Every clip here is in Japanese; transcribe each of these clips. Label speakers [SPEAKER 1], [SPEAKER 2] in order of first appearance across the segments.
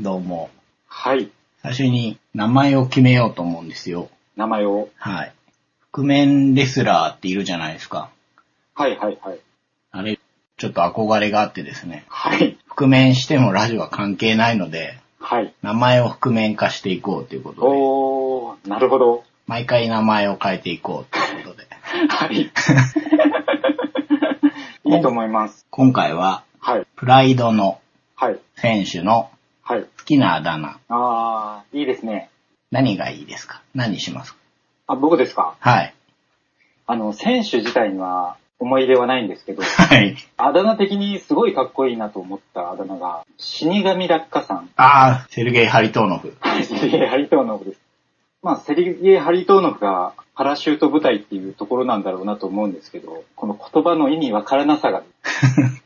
[SPEAKER 1] どうも。
[SPEAKER 2] はい。
[SPEAKER 1] 最初に名前を決めようと思うんですよ。
[SPEAKER 2] 名前を。
[SPEAKER 1] はい。覆面レスラーっているじゃないですか。
[SPEAKER 2] はいはいはい。
[SPEAKER 1] あれ、ちょっと憧れがあってですね。
[SPEAKER 2] はい。
[SPEAKER 1] 覆面してもラジオは関係ないので、
[SPEAKER 2] はい。
[SPEAKER 1] 名前を覆面化していこうということで、
[SPEAKER 2] おー、なるほど。
[SPEAKER 1] 毎回名前を変えていこうということで、
[SPEAKER 2] はい。いいと思います。
[SPEAKER 1] 今回は、
[SPEAKER 2] はい。
[SPEAKER 1] プライドの
[SPEAKER 2] はい。
[SPEAKER 1] 選手の
[SPEAKER 2] はい。
[SPEAKER 1] 好きなあだ名、
[SPEAKER 2] あー、いいですね。
[SPEAKER 1] 何がいいですか何しますか
[SPEAKER 2] あ、僕ですか
[SPEAKER 1] はい。
[SPEAKER 2] あの、選手自体には思い入れはないんですけど、
[SPEAKER 1] はい。
[SPEAKER 2] あだ名的にすごいかっこいいなと思ったあだ名が、死神落下さん。
[SPEAKER 1] あー、セルゲイ・ハリトーノフ。
[SPEAKER 2] セリゲイ・ハリトーノフです。まあ、セリゲイ・ハリトーノフがパラシュート部隊っていうところなんだろうなと思うんですけど、この言葉の意味わからなさがか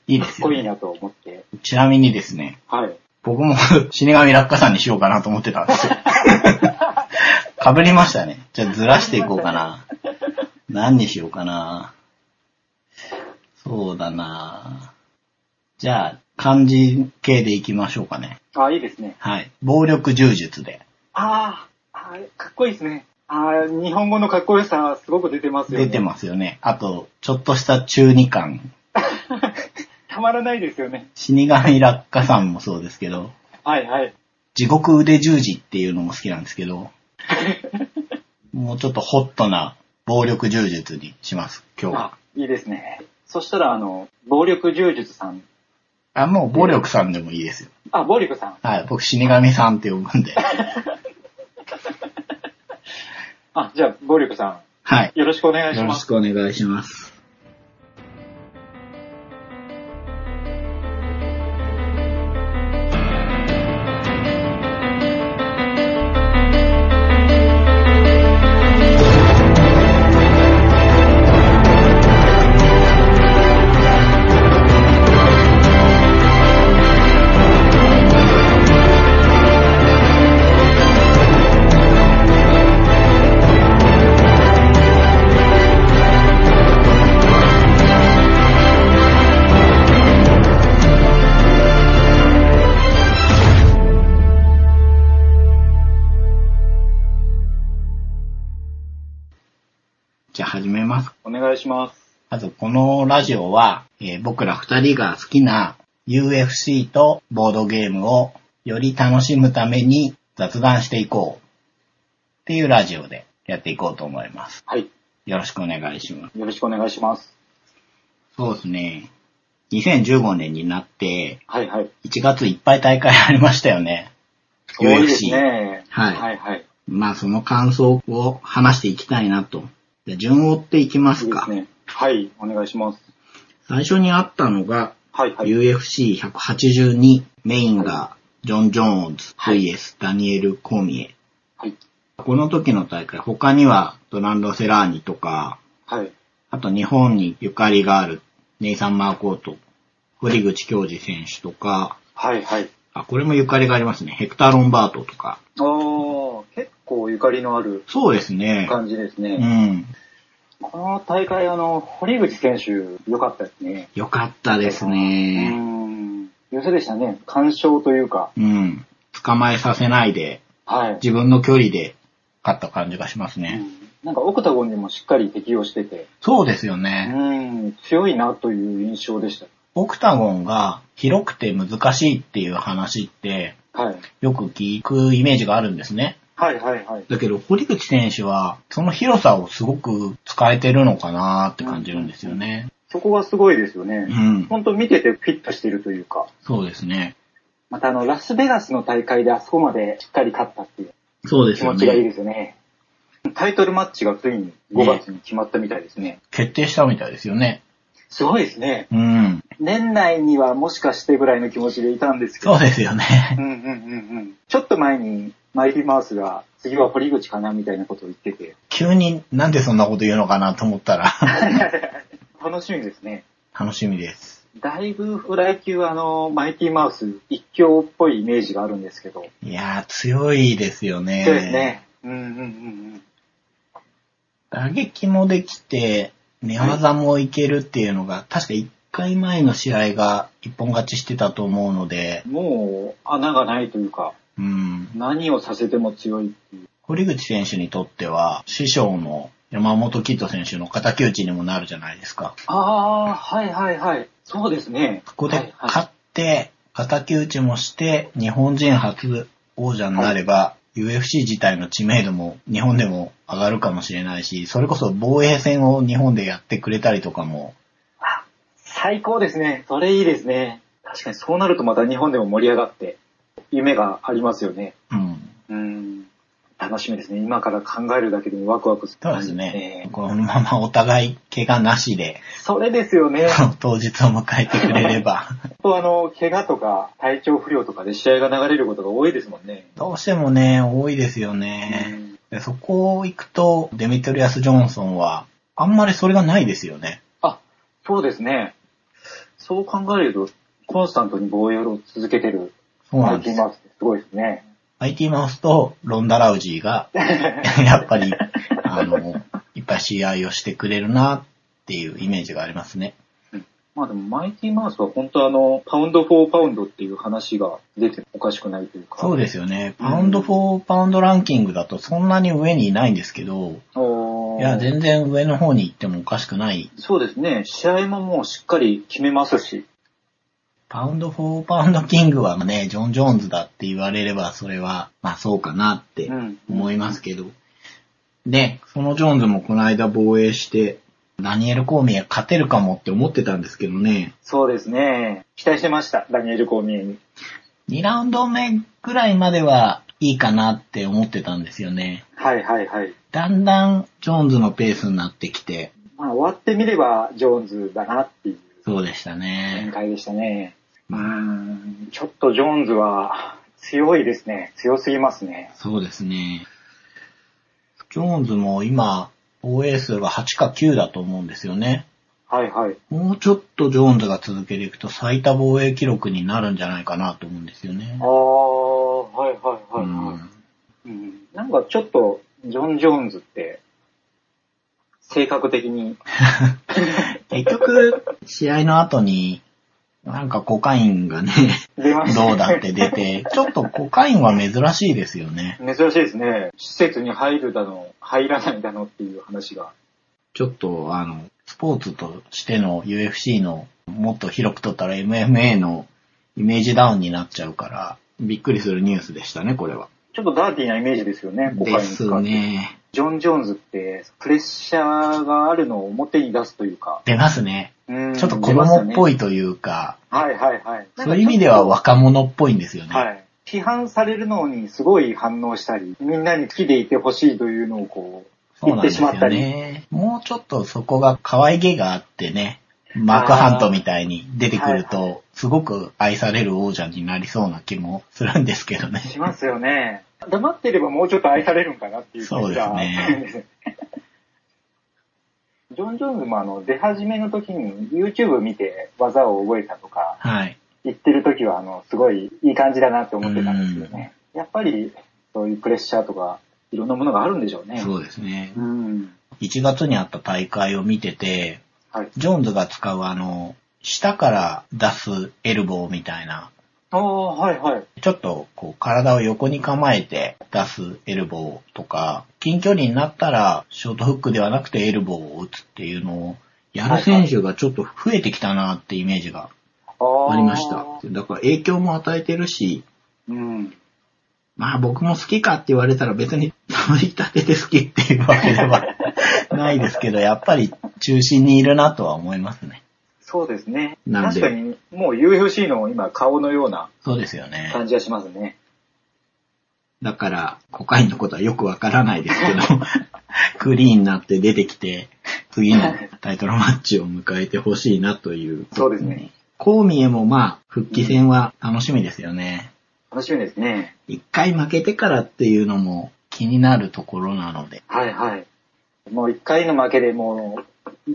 [SPEAKER 1] いいで
[SPEAKER 2] っ
[SPEAKER 1] すよ、
[SPEAKER 2] こいい
[SPEAKER 1] ね。
[SPEAKER 2] なと思って、
[SPEAKER 1] ちなみにですね、
[SPEAKER 2] はい。
[SPEAKER 1] 僕も 死神落下さんにしようかなと思ってたんですよ。被りましたね。じゃあずらしていこうかな。何にしようかな。そうだな。じゃあ、漢字系でいきましょうかね。
[SPEAKER 2] ああ、いいですね。
[SPEAKER 1] はい。暴力柔術で。
[SPEAKER 2] あーあー、かっこいいですね。ああ、日本語のかっこよさすごく出てますよね。
[SPEAKER 1] 出てますよね。あと、ちょっとした中二感。
[SPEAKER 2] たまらないですよね。
[SPEAKER 1] 死神落下さんもそうですけど、
[SPEAKER 2] はいはい。
[SPEAKER 1] 地獄腕十字っていうのも好きなんですけど、もうちょっとホットな暴力柔術にします、今日は
[SPEAKER 2] あ。いいですね。そしたら、あの、暴力柔術さん。
[SPEAKER 1] あ、もう暴力さんでもいいですよ。
[SPEAKER 2] あ、暴力さん。
[SPEAKER 1] はい、僕死神さんって呼ぶんで。
[SPEAKER 2] あ、じゃあ、暴力さ
[SPEAKER 1] はい。
[SPEAKER 2] ん。よろしくお願いし
[SPEAKER 1] よろ
[SPEAKER 2] ま
[SPEAKER 1] し
[SPEAKER 2] す。
[SPEAKER 1] くお願いします。じゃあ始めます。
[SPEAKER 2] お願いします。
[SPEAKER 1] まずこのラジオは、えー僕ら二人が好きな UFC とボードゲームをより楽しむために雑談していこうっていうラジオでやっていこうと思います。
[SPEAKER 2] はい。
[SPEAKER 1] よろしくお願いします。
[SPEAKER 2] よろしくお願いします。
[SPEAKER 1] そうですね。2015年になって
[SPEAKER 2] はいはい。
[SPEAKER 1] 1月いっぱい大会ありましたよね。
[SPEAKER 2] 多いですね。
[SPEAKER 1] はい
[SPEAKER 2] はいはい。
[SPEAKER 1] まあその感想を話していきたいなと。じゃあ順を追っていきま
[SPEAKER 2] い
[SPEAKER 1] す
[SPEAKER 2] いで
[SPEAKER 1] か。
[SPEAKER 2] すね。はい、お願いします。
[SPEAKER 1] 最初にあったのが、
[SPEAKER 2] はいはい。
[SPEAKER 1] UFC182 メインがジョン・ジョーンズ VS ダニエル・コミエ。
[SPEAKER 2] はい。
[SPEAKER 1] この時の大会、他にはドランド・セラーニとか、
[SPEAKER 2] はい。
[SPEAKER 1] あと日本にゆかりがあるネイサン・マーコート、堀口教授選手とか、
[SPEAKER 2] はいはい。
[SPEAKER 1] あ、これもゆかりがありますね。ヘクター・ロンバートとか。
[SPEAKER 2] おー、結構ゆかりのある
[SPEAKER 1] そうですね。
[SPEAKER 2] 感じです
[SPEAKER 1] う
[SPEAKER 2] ね。
[SPEAKER 1] ん。
[SPEAKER 2] この大会、あの、堀口選手、良かったですね。
[SPEAKER 1] よかったです
[SPEAKER 2] うー
[SPEAKER 1] ね。
[SPEAKER 2] ん。良さでしたね。干渉というか。
[SPEAKER 1] うん。捕まえさせないで、
[SPEAKER 2] はい。
[SPEAKER 1] 自分の距離で勝った感じがします
[SPEAKER 2] う
[SPEAKER 1] ね。
[SPEAKER 2] んなんかオクタゴンにもしっかり適応してて、
[SPEAKER 1] そうですよね。
[SPEAKER 2] うん、強いなという印象でし
[SPEAKER 1] オクタゴンが広くて難しいっていう話って
[SPEAKER 2] た。はい。
[SPEAKER 1] よく聞くイメージがあるんですね。
[SPEAKER 2] はいはいはい。
[SPEAKER 1] だけど堀口選手はその広さをすごく使えてるのかなって感じるんですよね。
[SPEAKER 2] そこはすごいですよね
[SPEAKER 1] う。ん。
[SPEAKER 2] 本当見ててフィットしてるというか。
[SPEAKER 1] そうですね。
[SPEAKER 2] またあの、ラスベガスの大会であそこまでしっかり勝ったっていう
[SPEAKER 1] そうで
[SPEAKER 2] 気持ちがいいですよね。タイトルマッチがついに5月に決まったみたいですね。
[SPEAKER 1] 決定したみたいですよね。
[SPEAKER 2] すごいですね。
[SPEAKER 1] うん。
[SPEAKER 2] 年内にはもしかしてぐらいの気持ちでいたんですけど。
[SPEAKER 1] そうですよね。
[SPEAKER 2] うんうんうんうん。ちょっと前にマイティマウスが次は堀口かなみたいなことを言ってて。
[SPEAKER 1] 急になんでそんなこと言うのかなと思ったら
[SPEAKER 2] 楽しみですね。
[SPEAKER 1] 楽しみです。
[SPEAKER 2] だいぶフライ級はあの、マイティマウス一強っぽいイメージがあるんですけど。
[SPEAKER 1] いやー強いですよね。
[SPEAKER 2] そうですね。うんうんうんうん。
[SPEAKER 1] 打撃もできて、寝技もいけるっていうのが、確か1回前の試合が一本勝ちしてたと思うので、
[SPEAKER 2] もう穴がないというか、
[SPEAKER 1] うん。
[SPEAKER 2] 何をさせても強いっていう。
[SPEAKER 1] 堀口選手にとっては、師匠の山本キッド選手の敵討ちにもなるじゃないですか。
[SPEAKER 2] ああ、はいはいはい。そうですね。
[SPEAKER 1] ここ
[SPEAKER 2] は
[SPEAKER 1] で
[SPEAKER 2] いはい
[SPEAKER 1] 勝って、敵討ちもして、日本人初王者になれば、UFC 自体の知名度も日本でも上がるかもしれないし、それこそ防衛戦を日本でやってくれたりとかも、
[SPEAKER 2] あ最高ですね。それいいですね。確かにそうなるとまた日本でも盛り上がって、夢がありますよね。
[SPEAKER 1] うん。
[SPEAKER 2] うん。楽しみですね。今から考えるだけでもワクワクする
[SPEAKER 1] そう
[SPEAKER 2] 感
[SPEAKER 1] で
[SPEAKER 2] じ。
[SPEAKER 1] すね。このままお互い怪我なしで、
[SPEAKER 2] それですよね。
[SPEAKER 1] 当日を迎えてくれれ ば、
[SPEAKER 2] とあの、怪我とか体調不良とかで試合が流れることが多いですもんね。
[SPEAKER 1] どうしてもね、多いですよね。でそこを行くと、デミトリアス・ジョンソンは、あんまりそれがないですよね。
[SPEAKER 2] あ、そうですね。そう考えると、コンスタントに防衛を続けてる
[SPEAKER 1] そうなんです。
[SPEAKER 2] マウスってすごいですね。
[SPEAKER 1] IT マウスとロンダ・ラウジー が、やっぱり、あの、いっぱい試合をしてくれるなっていうイメージがありますね。
[SPEAKER 2] まあでも、マイティマウスは本当あの、パウンド・フォー・パウンドっていう話が出てもおかしくないというか。
[SPEAKER 1] そう
[SPEAKER 2] で
[SPEAKER 1] ですよね。パウンド・フォー・パウンドランキングだとそんなに上にいないんですけど、
[SPEAKER 2] す。おー
[SPEAKER 1] いや、全然上の方に行ってもおかしくない。
[SPEAKER 2] そうですね。試合ももうしっかり決めますし。
[SPEAKER 1] パウンド・フォー・パウンド・キングはね、ジョン・ジョーンズだって言われれば、それは、まあそうかなって
[SPEAKER 2] うん
[SPEAKER 1] 思いますけど。で、そのジョーンズもこの間防衛して、ダニエル・コーミエ勝てるかもって思ってたんですけどね、
[SPEAKER 2] そうですね。期待してました。ダニエル・コーミエに。
[SPEAKER 1] 2ラウンド目ぐらいまではいいかなって思ってたんですよね。
[SPEAKER 2] はいはいはい。
[SPEAKER 1] だんだんジョーンズのペースになってきて、
[SPEAKER 2] まあ終わってみれば、ジョーンズだなっていう
[SPEAKER 1] そうでした
[SPEAKER 2] 展
[SPEAKER 1] ね。
[SPEAKER 2] 開でしたね。うーん、ちょっとジョーンズは強いですね。強すぎますね。
[SPEAKER 1] そうですね。ジョーンズも今、防衛数が8か9だと思うんですよね。
[SPEAKER 2] はいはい。
[SPEAKER 1] もうちょっとジョーンズが続けていくと最多防衛記録になるんじゃないかなと思うんですよね
[SPEAKER 2] あ。あ、はいはい
[SPEAKER 1] う
[SPEAKER 2] はい、は
[SPEAKER 1] ん、
[SPEAKER 2] いうんなんかちょっと、ジョン・ジョーンズって、性格的に。
[SPEAKER 1] 結局、試合の後に、なんかコカインがね、
[SPEAKER 2] 出ましたね
[SPEAKER 1] どうだって出て、ちょっとコカインは珍しいですよね。
[SPEAKER 2] 珍しいですね。施設に入るだの、入らないだのっていう話が。
[SPEAKER 1] ちょっと、あの、スポーツとしての UFC の、もっと広く取ったら MMA のイメージダウンになっちゃうから、びっくりするニュースでしたね、これは。
[SPEAKER 2] ちょっとダーティーなイメージですよね、コカイン
[SPEAKER 1] で
[SPEAKER 2] 使
[SPEAKER 1] す
[SPEAKER 2] って。
[SPEAKER 1] ね。
[SPEAKER 2] ジョン・ジョーンズって、プレッシャーがあるのを表に出すというか。
[SPEAKER 1] 出ますね。
[SPEAKER 2] うん
[SPEAKER 1] ちょっと子供っぽ
[SPEAKER 2] い。
[SPEAKER 1] いというか、
[SPEAKER 2] はいはいはい。
[SPEAKER 1] そういう意味では若者っぽいんですよね。
[SPEAKER 2] はい。批判されるのにすごい反応したり、みんなに好きでいてほしいというのをこう、
[SPEAKER 1] そう
[SPEAKER 2] 言
[SPEAKER 1] な
[SPEAKER 2] っ
[SPEAKER 1] んで
[SPEAKER 2] て
[SPEAKER 1] す
[SPEAKER 2] しま
[SPEAKER 1] よ
[SPEAKER 2] ったり。
[SPEAKER 1] ね。もうちょっとそこが可愛げがあってね、マークハントみたいに出てくる
[SPEAKER 2] あー
[SPEAKER 1] と、すごく愛される王者になりそうな気もするんですけどね。
[SPEAKER 2] しますよね。黙ってればもうちょっと愛されるんかなっていう気が
[SPEAKER 1] そうですね
[SPEAKER 2] ジョン・ジョーンズもあの、出始めの時に YouTube 見て技を覚えたとか、
[SPEAKER 1] はい。
[SPEAKER 2] 言ってる時はあの、すごいいい感じだなって思ってたんですけどね。やっぱり、そういうプレッシャーとか、いろんなものがあるんでしょうね。
[SPEAKER 1] そうですね
[SPEAKER 2] う。ん。
[SPEAKER 1] 1月にあった大会を見てて、
[SPEAKER 2] はい。
[SPEAKER 1] ジョーンズが使うあの、下から出すエルボーみたいな、
[SPEAKER 2] ああ、はいはい。
[SPEAKER 1] ちょっとこう体を横に構えて出すエルボーとか、近距離になったらショートフックではなくてエルボーを打つっていうのを、やる選手がちょっと増えてきたなってイメージが
[SPEAKER 2] あ
[SPEAKER 1] ありました。だから影響も与えてるし、
[SPEAKER 2] うん。
[SPEAKER 1] まあ僕も好きかって言われたら別に取り立てて好きっていうわけで はないですけど、やっぱり中心にいるなとは思いますね。
[SPEAKER 2] そうですね。
[SPEAKER 1] なん
[SPEAKER 2] 確
[SPEAKER 1] で
[SPEAKER 2] かに、もう UFC の今顔のような
[SPEAKER 1] そうですよね。
[SPEAKER 2] 感じがしますね。
[SPEAKER 1] だから、コカインのことはよくわからないですけど、 クリーンになって出てきて、次のタイトルマッチを迎えてほしいなという。
[SPEAKER 2] そうですね。
[SPEAKER 1] コーミエもまあ、復帰戦は楽しみですよね。
[SPEAKER 2] 楽しみですね。
[SPEAKER 1] 一回負けてからっていうのも気になるところなので。
[SPEAKER 2] はいはい。もう一回の負けでもう、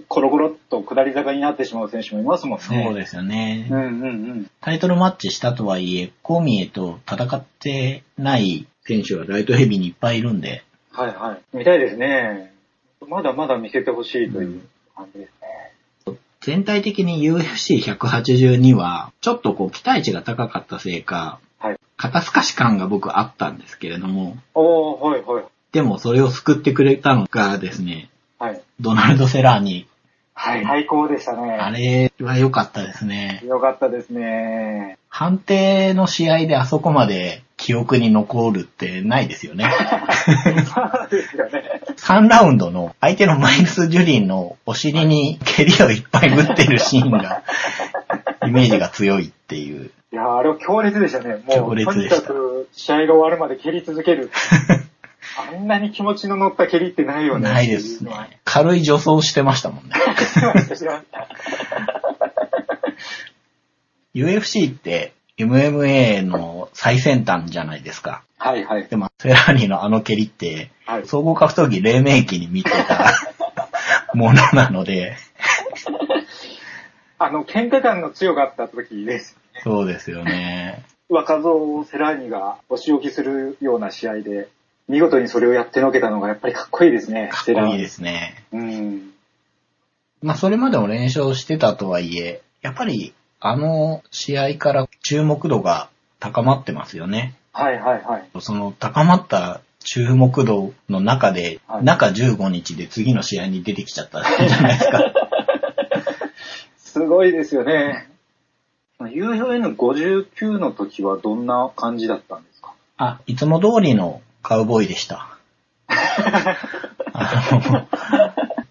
[SPEAKER 2] コロコロっと下り坂になってしまう選手もいますもんね。
[SPEAKER 1] そうですよね
[SPEAKER 2] う。んうんうん。
[SPEAKER 1] タイトルマッチしたとはいえ、コーミエと戦ってない選手はライトヘビーにいっぱいいるんで、
[SPEAKER 2] はいはい。見たいですね。まだまだ見せてほしいという感じですね。
[SPEAKER 1] 全体的に UFC182 は、ちょっとこう期待値が高かったせいか、
[SPEAKER 2] はい
[SPEAKER 1] 肩透かし感が僕あったんですけれども、
[SPEAKER 2] おー、はい、はい。
[SPEAKER 1] でもそれを救ってくれたのがですね、
[SPEAKER 2] はい。
[SPEAKER 1] ドナルド・セラーに、
[SPEAKER 2] はい、最高でした
[SPEAKER 1] あ
[SPEAKER 2] ね。
[SPEAKER 1] れは良かったですね。
[SPEAKER 2] よかったですね。
[SPEAKER 1] 判定の試合であそこまで記憶に残るってないですよね。
[SPEAKER 2] そうですよね。
[SPEAKER 1] 3ラウンドの相手のマイルス・ジュリンのお尻に蹴りをいっぱい打ってるシーン が、イメージが強いっていう。
[SPEAKER 2] いやーあれは強烈でしたね。も
[SPEAKER 1] 強
[SPEAKER 2] う、
[SPEAKER 1] 烈
[SPEAKER 2] と
[SPEAKER 1] で
[SPEAKER 2] に
[SPEAKER 1] した
[SPEAKER 2] かく試合が終わるまで蹴り続 ける。あんなに気持ちの乗った蹴りってないよね。
[SPEAKER 1] ないですね。軽い助走してましたもんね。
[SPEAKER 2] 知らなかった知らなかっ
[SPEAKER 1] UFC って MMA の最先端じゃないですか。
[SPEAKER 2] たはいはい。
[SPEAKER 1] でも、フェラーリのあの蹴りって、
[SPEAKER 2] はい。
[SPEAKER 1] 総合格闘技黎明期に見て たものなので、
[SPEAKER 2] あの、喧嘩感の強かった時です。
[SPEAKER 1] そうですよね。
[SPEAKER 2] 若造セラーニがお仕置きするような試合で、見事にそれをやってのけたのがやっぱりかっこいいですね。。
[SPEAKER 1] かっこいいですすね。
[SPEAKER 2] うん。
[SPEAKER 1] まあ、それまでも連勝してたとはいえ、やっぱり、あの試合から注目度が高まってますよね。
[SPEAKER 2] はいはいはい。
[SPEAKER 1] その高まった注目度の中で、
[SPEAKER 2] はい
[SPEAKER 1] 中15日で次の試合に出てきちゃったじゃ ないですか。
[SPEAKER 2] すごいですよね。UFN59 の時はどんな感じだったんですか
[SPEAKER 1] あ、いつも通りのカウボーイで した。あの、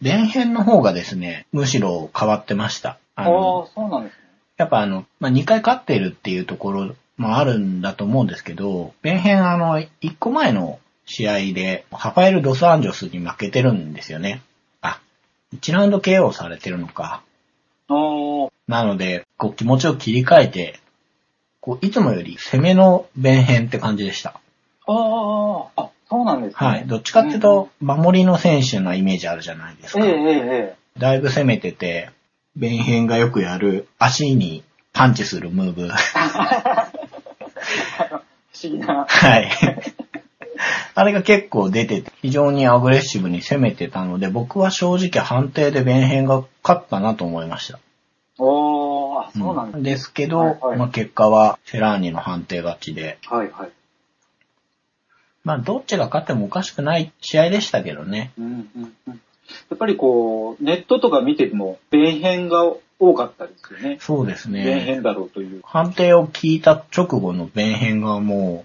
[SPEAKER 1] 前編の方がですね、むしろ変わってました。あ
[SPEAKER 2] ああ
[SPEAKER 1] の、
[SPEAKER 2] ー、そうなんですね。
[SPEAKER 1] やっぱあの、まあ、2回勝ってるっていうところもあるんだと思うんですけど、前編あの、1個前の試合で、ハファエル・ドス・アンジョスに負けてるんですよね。あ、1ラウンド KO されてるのか。
[SPEAKER 2] あ
[SPEAKER 1] なので、こう気持ちを切り替えて、こう、いつもより攻めの弁編って感じでした。
[SPEAKER 2] あ、ああ、あ、そうなんですね。
[SPEAKER 1] はい。どっちかっていうと、守りの選手のイメージあるじゃないです
[SPEAKER 2] うん、
[SPEAKER 1] か。
[SPEAKER 2] ええええええ。
[SPEAKER 1] だいぶ攻めてて、弁編がよくやる、足にパンチするムーブ。
[SPEAKER 2] 不思議な。
[SPEAKER 1] はい。あれが結構出てて、非常にアグレッシブに攻めてたので、僕は正直判定で弁編が勝ったなと思いました。
[SPEAKER 2] おー、あ、そうなんです
[SPEAKER 1] ん
[SPEAKER 2] ね。
[SPEAKER 1] ですけど、
[SPEAKER 2] はいはい
[SPEAKER 1] まあ結果はフェラーニの判定勝ちで、
[SPEAKER 2] はいはい。
[SPEAKER 1] まあどっちが勝ってもおかしくない試合でしたけどね。
[SPEAKER 2] うんうんうん。やっぱりこう、ネットとか見てても、弁変が多かったですよね。
[SPEAKER 1] そうです
[SPEAKER 2] 弁
[SPEAKER 1] ね。
[SPEAKER 2] 変だろうという。
[SPEAKER 1] 判定を聞いた直後の弁編がもう、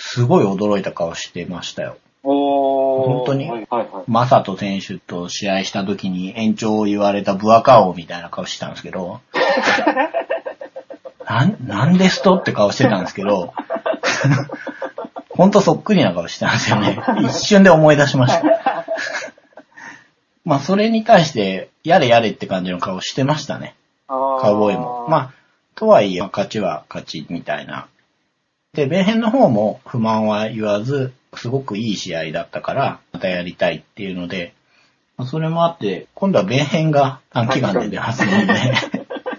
[SPEAKER 1] すごい驚いた顔してましたよ。
[SPEAKER 2] おー。
[SPEAKER 1] 本当に
[SPEAKER 2] はいはいはい。
[SPEAKER 1] マサト選手と試合した時に延長を言われたブアカオみたいな顔してたんですけど、なん、なんですとって顔してたんですけど、ほんとそっくりな顔してたんですよね。一瞬で思い出しました。まあそれに対して、やれやれって感じの顔してましたね。カ
[SPEAKER 2] カ
[SPEAKER 1] ウボーイも。まあ、とはいえ、勝ちは勝ちみたいな。で、米編の方も不満は言わず、すごくいい試合だったから、またやりたいっていうので、まあそれもあって、今度は米編が短期間で出ますので、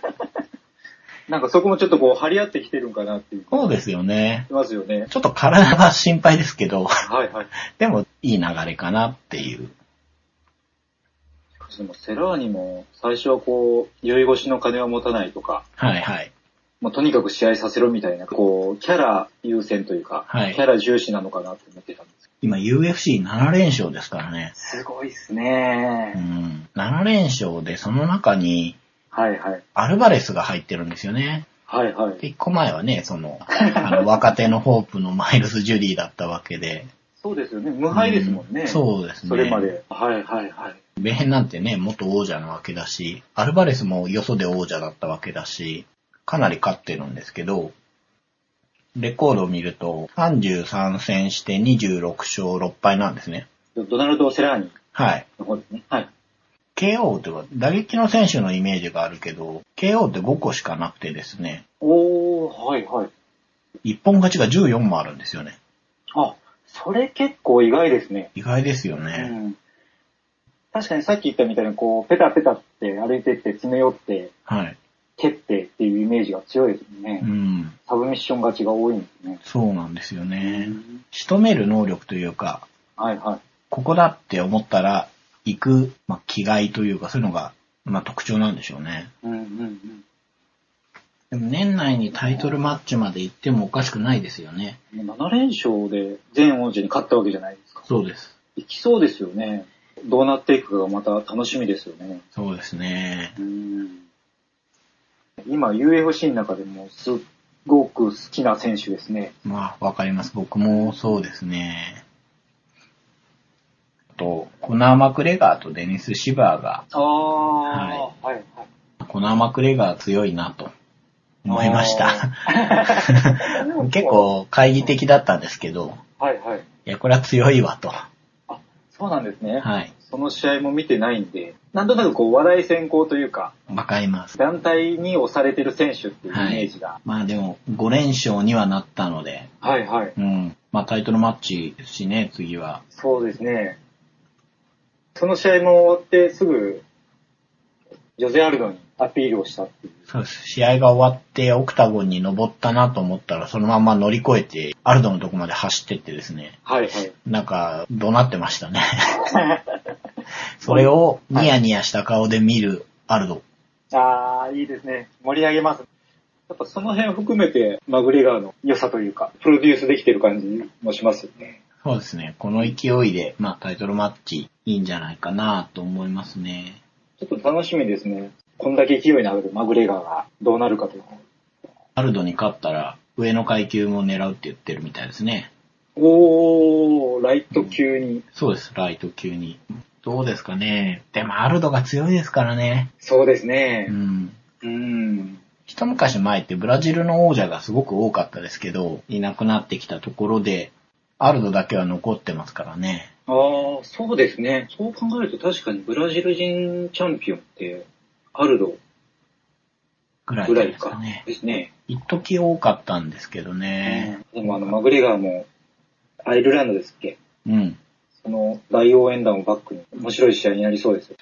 [SPEAKER 2] なんかそこもちょっとこう、張り合ってきてるんかなっていう。
[SPEAKER 1] そう
[SPEAKER 2] で
[SPEAKER 1] ですよね。
[SPEAKER 2] ますよね。
[SPEAKER 1] ちょっと体が心配ですけど、
[SPEAKER 2] はいはい。
[SPEAKER 1] でもいい流れかなっていう。
[SPEAKER 2] しかしでも、セラーニも、最初はこう、酔い越しの金は持たないとか、
[SPEAKER 1] はいはい。
[SPEAKER 2] もうとにかく試合させろみたいな、こう、キャラ優先というか、
[SPEAKER 1] はい
[SPEAKER 2] キャラ重視なのかなって思ってたんです
[SPEAKER 1] 今 UFC7 連勝ですからね。
[SPEAKER 2] けど。すごいです
[SPEAKER 1] う
[SPEAKER 2] ね。
[SPEAKER 1] ん。7連勝で、その中に
[SPEAKER 2] はいはい。
[SPEAKER 1] アルバレスが入ってるんですよね。
[SPEAKER 2] はいはい。
[SPEAKER 1] 一個前はね、その、あの、 若手のホープのマイルス・ジュリーだったわけで。
[SPEAKER 2] そうですよね。無敗ですもんね。
[SPEAKER 1] うそうですね。
[SPEAKER 2] それま。で。はいはいはい。
[SPEAKER 1] ベヘンなんてね、元王者なわけだし、アルバレスもよそで王者だったわけだし、かなり勝ってるんですけど、レコードを見ると、33戦して26勝6敗なんですね。
[SPEAKER 2] ドナルド・セラーニ
[SPEAKER 1] はい。
[SPEAKER 2] の方ですね。はい。
[SPEAKER 1] KO というか、打撃の選手のイメージがあるけど、KO って5個しかなくてですね、
[SPEAKER 2] おー、はいはい。
[SPEAKER 1] 一本勝ちが14もあるんですよね。
[SPEAKER 2] あ、それ結構意外ですね。
[SPEAKER 1] 意外ですよ
[SPEAKER 2] う
[SPEAKER 1] ね。
[SPEAKER 2] ん。確かにさっき言ったみたいに、こう、ペタペタって歩いてって、詰め寄って、
[SPEAKER 1] はい。
[SPEAKER 2] 蹴ってっていうイメージが強いですね。
[SPEAKER 1] うん。
[SPEAKER 2] サブミッション勝ちが多いんですね。
[SPEAKER 1] そうなんですよね。仕留める能力というか、
[SPEAKER 2] はいはい。
[SPEAKER 1] ここだって思ったら行く、まあ、気概というか、そういうのが、まあ特徴なんでしょうね。
[SPEAKER 2] うんうんうん。
[SPEAKER 1] でも年内にタイトルマッチまで行ってもおかしくないですよね。
[SPEAKER 2] もう7連勝で全王者に勝ったわけじゃないですか。
[SPEAKER 1] そうです。
[SPEAKER 2] いきそうですよね。どうなっていくかがまた楽しみですよね。
[SPEAKER 1] そうですね。
[SPEAKER 2] 今 UFC の中でもすっごく好きな選手ですね。
[SPEAKER 1] まあ、わかります。僕もそうですね。あと、コナー・マクレガーとデニス・シバーが、
[SPEAKER 2] ああー、はい、はい、
[SPEAKER 1] コナー・マクレガー強いなと思いました。 結構懐疑的だったんですけど、
[SPEAKER 2] はい、はい。
[SPEAKER 1] いや、これは強いわと。
[SPEAKER 2] あ、そうなんですね。
[SPEAKER 1] はい。
[SPEAKER 2] その試合も見てないんで、なんとなくこう話題先行というか、
[SPEAKER 1] わかります。
[SPEAKER 2] 団体に押されてる選手っていうイメージが。
[SPEAKER 1] まあでも、5連勝にはなったので、
[SPEAKER 2] はい、はい。
[SPEAKER 1] うん。まあタイトルマッチですしね、次は。
[SPEAKER 2] そうですね。その試合も終わってすぐ、ジョゼ・アルドにアピールをしたっていう。
[SPEAKER 1] そうです。試合が終わって、オクタゴンに登ったなと思ったら、そのまま乗り越えて、アルドのとこまで走ってってですね、
[SPEAKER 2] はいはい。
[SPEAKER 1] なんか、怒鳴ってました ね。それをニヤニヤした顔で見るアルド。
[SPEAKER 2] ああ、いいですね。盛り上げます。やっぱその辺を含めて、マグレガーの良さというか、プロデュースできてる感じもしますよね。
[SPEAKER 1] そうですね。この勢いで、まあタイトルマッチいいんじゃないかなと思いますね。
[SPEAKER 2] ちょっと楽しみですね。こんだけ勢いのあるマグレガーがどうなるかという。
[SPEAKER 1] アルドに勝ったら、上の階級も狙うって言ってるみたいですね。
[SPEAKER 2] おー、ライト級に。
[SPEAKER 1] そうです、ライト級に。どうですかね。でも、アルドが強いですからね。
[SPEAKER 2] そうです
[SPEAKER 1] う
[SPEAKER 2] ね。
[SPEAKER 1] ん。
[SPEAKER 2] うん。
[SPEAKER 1] 一昔前ってブラジルの王者がすごく多かったですけど、いなくなってきたところで、アルドだけは残ってますからね。
[SPEAKER 2] ああ、そうですね。そう考えると確かにブラジル人チャンピオンって、アルド
[SPEAKER 1] ぐらい
[SPEAKER 2] ぐらい
[SPEAKER 1] ですか
[SPEAKER 2] か
[SPEAKER 1] ね。
[SPEAKER 2] ですね。
[SPEAKER 1] 一時多かったんですけどね。
[SPEAKER 2] でもあの、マグレガーも、アイルランドですっけ
[SPEAKER 1] うん。
[SPEAKER 2] その大応援団をバックに面白い試合になりそうですよ。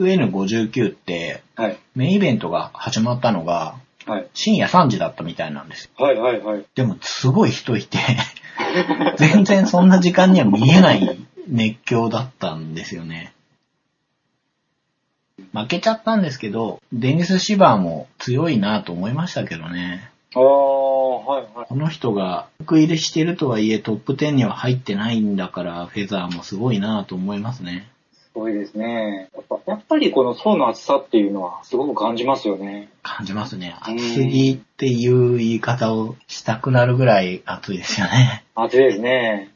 [SPEAKER 1] UFN59 って、
[SPEAKER 2] はい。
[SPEAKER 1] メインイベントが始まったのが、
[SPEAKER 2] はい。
[SPEAKER 1] 深夜3時だったみたいなんですよ。
[SPEAKER 2] はいはい はい。
[SPEAKER 1] でも、すごい人いて、全然そんな時間には見えない熱狂だったんですよね。負けちゃったんですけど、デニス・シバーも強いなと思いましたけどね。
[SPEAKER 2] ああ、はいはい。
[SPEAKER 1] この人が、得入れしてるとはいえトップ10には入ってないんだから、フェザーもすごいなと思いますね。
[SPEAKER 2] すごいですね。やっぱ、やっぱりこの層の厚さっていうのはすごく感じますよね。
[SPEAKER 1] 感じますね。
[SPEAKER 2] うん
[SPEAKER 1] 厚すぎっていう言い方をしたくなるぐらい熱いですよね。
[SPEAKER 2] 厚いですね。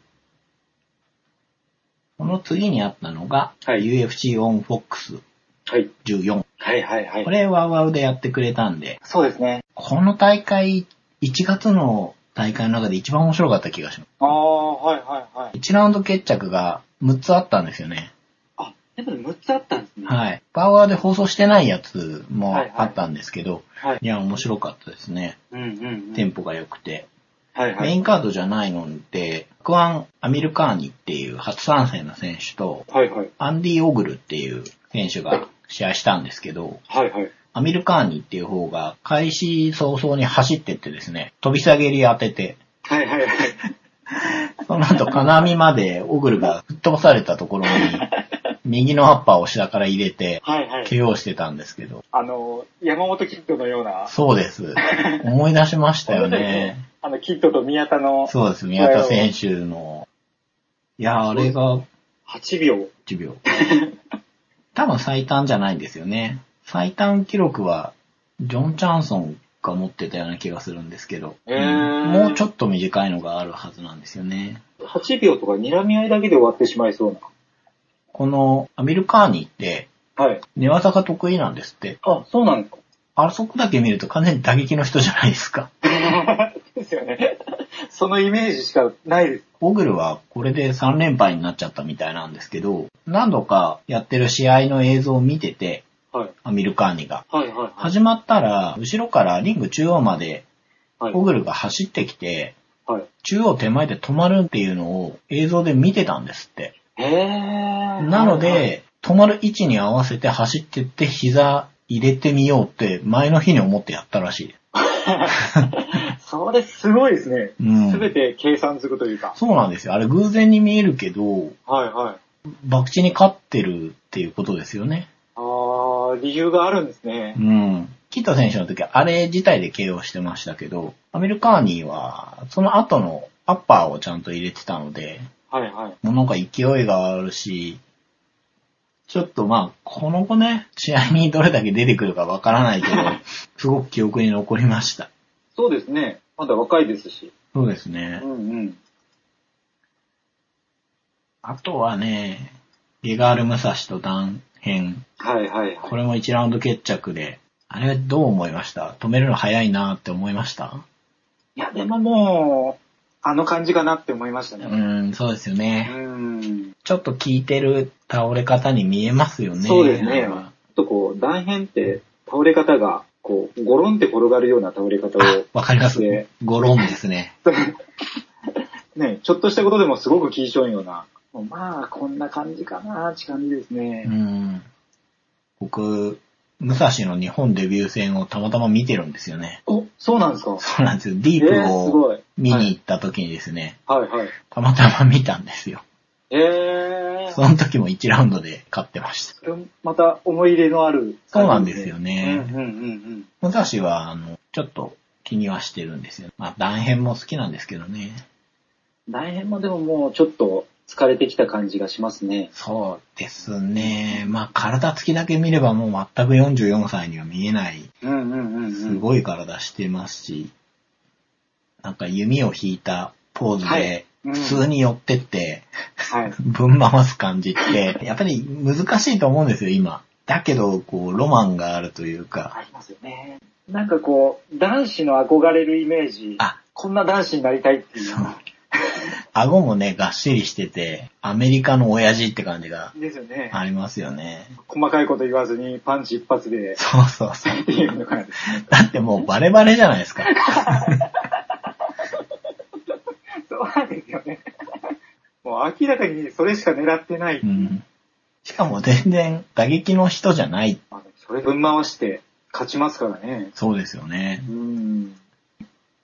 [SPEAKER 1] この次にあったのが、
[SPEAKER 2] はい
[SPEAKER 1] UFC on Fox
[SPEAKER 2] はい。
[SPEAKER 1] 14。
[SPEAKER 2] はいはいは
[SPEAKER 1] こ。れワウワウでやってくれたんで、
[SPEAKER 2] そうですね。
[SPEAKER 1] この大会、1月の大会の中で一番面白かった気がしま
[SPEAKER 2] ああ、はいはいは
[SPEAKER 1] す。
[SPEAKER 2] い。
[SPEAKER 1] 1ラウンド決着が6つあったんですよね。
[SPEAKER 2] あ、やっぱり6つあったんですね。
[SPEAKER 1] はい。バウワーで放送してないやつも
[SPEAKER 2] はいはい
[SPEAKER 1] あったんですけど、い
[SPEAKER 2] はい。
[SPEAKER 1] や、面白かったですね。
[SPEAKER 2] うんうん、うん。
[SPEAKER 1] テンポが良くて。
[SPEAKER 2] はいは
[SPEAKER 1] メイ
[SPEAKER 2] い。
[SPEAKER 1] ンカードじゃないので、クアン・アミルカーニっていう初参戦の選手と、
[SPEAKER 2] はいはい。
[SPEAKER 1] アンディ・オグルっていう選手が試合したんですけど、
[SPEAKER 2] はいはい。
[SPEAKER 1] アミルカーニっていう方が開始早々に走ってってですね、飛び下げり当てて、
[SPEAKER 2] はいはいはい。
[SPEAKER 1] その後金網までオグルが吹っ飛ばされたところ に、右のアッパーを下から入れて、
[SPEAKER 2] はいはい
[SPEAKER 1] KO してたんですけど、
[SPEAKER 2] あの、山本キッドのような。
[SPEAKER 1] そうです。思い出しましたよね。。
[SPEAKER 2] あの、キッドと宮田の
[SPEAKER 1] そうです、宮田選手の。いや、あれが
[SPEAKER 2] 8秒。
[SPEAKER 1] 1秒。多分最短じゃないんですよね。最短記録は、ジョン・チャンソンが持ってたような気がするんですけど、
[SPEAKER 2] へー
[SPEAKER 1] うんもうちょっと短いのがあるはずなんですよね。
[SPEAKER 2] 8秒とか睨み合いだけで終わってしまいそう
[SPEAKER 1] このアミルカーニって、
[SPEAKER 2] な。はい。
[SPEAKER 1] 寝技が得意なんですって。
[SPEAKER 2] あ、そうなんですか。
[SPEAKER 1] あそこだけ見ると完全に打撃の人じゃないですか。
[SPEAKER 2] ですよね。そのイメージしかないです。
[SPEAKER 1] オグルはこれで3連敗になっちゃったみたいなんですけど、何度かやってる試合の映像を見てて、
[SPEAKER 2] はい。
[SPEAKER 1] アミルカーニが。
[SPEAKER 2] はいはいはい。
[SPEAKER 1] 始まったら、後ろからリング中央まで
[SPEAKER 2] はい
[SPEAKER 1] オ。グルが走ってきて、
[SPEAKER 2] はい。
[SPEAKER 1] 中央手前で止まるっていうのを映像で見てたんですって。
[SPEAKER 2] へー。
[SPEAKER 1] なの、で、止まる位置に合わせて走ってって膝入れてみようって前の日に思ってやったらしい。
[SPEAKER 2] それすごいですね。
[SPEAKER 1] うん
[SPEAKER 2] すべて計算づくというか。
[SPEAKER 1] そうなんですよ。あれ偶然に見えるけど、
[SPEAKER 2] はいはい。
[SPEAKER 1] 博打に勝ってるっていうことですよね。
[SPEAKER 2] あー、ああ、理由があるんですね
[SPEAKER 1] う。ん。キット選手の時はあれ自体で KO してましたけど、アミルカーニーは、その後のアッパーをちゃんと入れてたので、
[SPEAKER 2] はいはい。
[SPEAKER 1] もうなんか勢いがあるし、ちょっとまあ、この後ね、試合にどれだけ出てくるかわからない けど、すごく記憶に残りました。
[SPEAKER 2] そうですね。まだ若いですし。
[SPEAKER 1] そうです
[SPEAKER 2] う
[SPEAKER 1] ね。
[SPEAKER 2] んうん。
[SPEAKER 1] あとはね、ゲガール・ムサシと断編。
[SPEAKER 2] はいはいはい。
[SPEAKER 1] これも1ラウンド決着で、あれどう思いました止めるの早いなって思いました
[SPEAKER 2] いや、でももう、あの感じかなって思いました
[SPEAKER 1] う
[SPEAKER 2] ね。
[SPEAKER 1] ーん、そうですよ
[SPEAKER 2] う
[SPEAKER 1] ね。
[SPEAKER 2] ん。
[SPEAKER 1] ちょっと効いてる倒れ方に見えますよね。
[SPEAKER 2] そうですね。ちょっとこう、断片って倒れ方が、こう、ゴロンって転がるような倒れ方
[SPEAKER 1] あ
[SPEAKER 2] を、、
[SPEAKER 1] わかります
[SPEAKER 2] ね。
[SPEAKER 1] ゴロンですね。
[SPEAKER 2] ね、ちょっとしたことでもすごく気にしょうような。もうまあ、こんな感じかなって感じです
[SPEAKER 1] う
[SPEAKER 2] ね。
[SPEAKER 1] ん。僕、武蔵の日本デビュー戦をたまたま見てるんですよね。
[SPEAKER 2] お、そうなんですか
[SPEAKER 1] そうなんですよ。ディー
[SPEAKER 2] え
[SPEAKER 1] プ
[SPEAKER 2] ー、す
[SPEAKER 1] を
[SPEAKER 2] ごい。
[SPEAKER 1] 見に行った時にですね、
[SPEAKER 2] はいはい。
[SPEAKER 1] たまたま見たんですよ。
[SPEAKER 2] えー、
[SPEAKER 1] その時も1ラウンドで勝ってました。
[SPEAKER 2] それまた思い入れのある
[SPEAKER 1] そうな
[SPEAKER 2] 感
[SPEAKER 1] ん
[SPEAKER 2] じ、
[SPEAKER 1] ですよね
[SPEAKER 2] うんうんう
[SPEAKER 1] 武
[SPEAKER 2] ん
[SPEAKER 1] 蔵は、あの、ちょっと気にはしてるんですよ。まあ、断片も好きなんですけどね。
[SPEAKER 2] うん。大変もでももうちょっと疲れてきた感じがしますね。
[SPEAKER 1] そうですね。まあ、体つきだけ見ればもう全く44歳には見えない、
[SPEAKER 2] うんうんうん、うん。
[SPEAKER 1] すごい体してますし、なんか弓を引いたポーズ
[SPEAKER 2] はい
[SPEAKER 1] で、
[SPEAKER 2] うん
[SPEAKER 1] 普通に寄ってって、
[SPEAKER 2] はい。
[SPEAKER 1] ぶん回す感じって、やっぱり難しいと思うんですよ、今。だけど、こう、ロマンがあるという
[SPEAKER 2] あ
[SPEAKER 1] か、
[SPEAKER 2] りますよね。なんかこう、男子の憧れるイメージ。
[SPEAKER 1] あ、
[SPEAKER 2] こんな男子になりたいっていう。
[SPEAKER 1] そう。顎もね、がっしりしてて、アメリカの親父って感じが
[SPEAKER 2] ですよね。
[SPEAKER 1] ありますよね。
[SPEAKER 2] 細かいこと言わずにパンチ一発で。
[SPEAKER 1] そうそうそう。
[SPEAKER 2] っていうのがですね。
[SPEAKER 1] だってもうバレバレじゃないですか。
[SPEAKER 2] そうなんですよね。もう明らかにそれしか狙ってない。
[SPEAKER 1] うん。しかも全然打撃の人じゃない。
[SPEAKER 2] まあそれぶん回して勝ちますからね。
[SPEAKER 1] そうですよね
[SPEAKER 2] う。ん。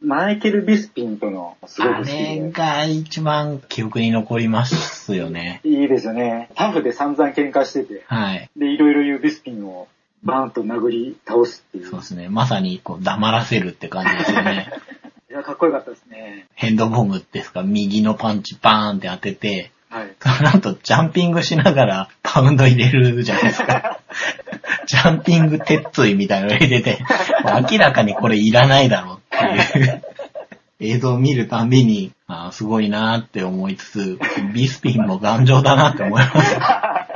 [SPEAKER 2] マイケル・ビスピンとのすごく
[SPEAKER 1] あ
[SPEAKER 2] 好き
[SPEAKER 1] れ
[SPEAKER 2] で。
[SPEAKER 1] が一番記憶に残りますよね。
[SPEAKER 2] いいですよね。タフで散々喧嘩してて。
[SPEAKER 1] はい。
[SPEAKER 2] で、いろいろ言うビスピンをバーンと殴り倒すっていう。
[SPEAKER 1] そうですね。まさにこう黙らせるって感じですよね。
[SPEAKER 2] いや、かっこよかったですね。
[SPEAKER 1] ヘンドボムですか、右のパンチバーンって当てて、
[SPEAKER 2] はい。
[SPEAKER 1] その後ジャンピングしながらパウンド入れるじゃないですか。ジャンピング鉄椎みたいなの入れて、明らかにこれいらないだろうっていう。映像を見るたんびに、あーすごいなーって思いつつ、ビスピンも頑丈だなって思います。か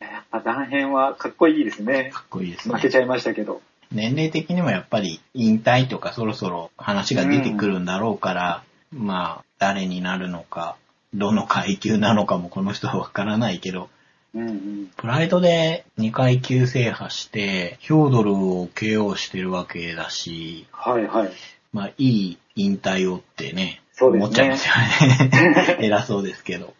[SPEAKER 2] やっぱ断片はかっこいいですね。
[SPEAKER 1] っこいいです
[SPEAKER 2] 負け
[SPEAKER 1] ね。
[SPEAKER 2] ちゃいましたけど。
[SPEAKER 1] 年齢的にもやっぱり引退とかそろそろ話が出てくるんだろうから、まあ、誰になるのか、どの階級なのかもこの人はわからないけど、
[SPEAKER 2] うんうん。
[SPEAKER 1] プライドで2階級制覇して、ヒョードルを KO してるわけだし、
[SPEAKER 2] はいはい。
[SPEAKER 1] まあ、いい引退をってね、
[SPEAKER 2] そうですね
[SPEAKER 1] 思っちゃいますよね。 偉そうですけど。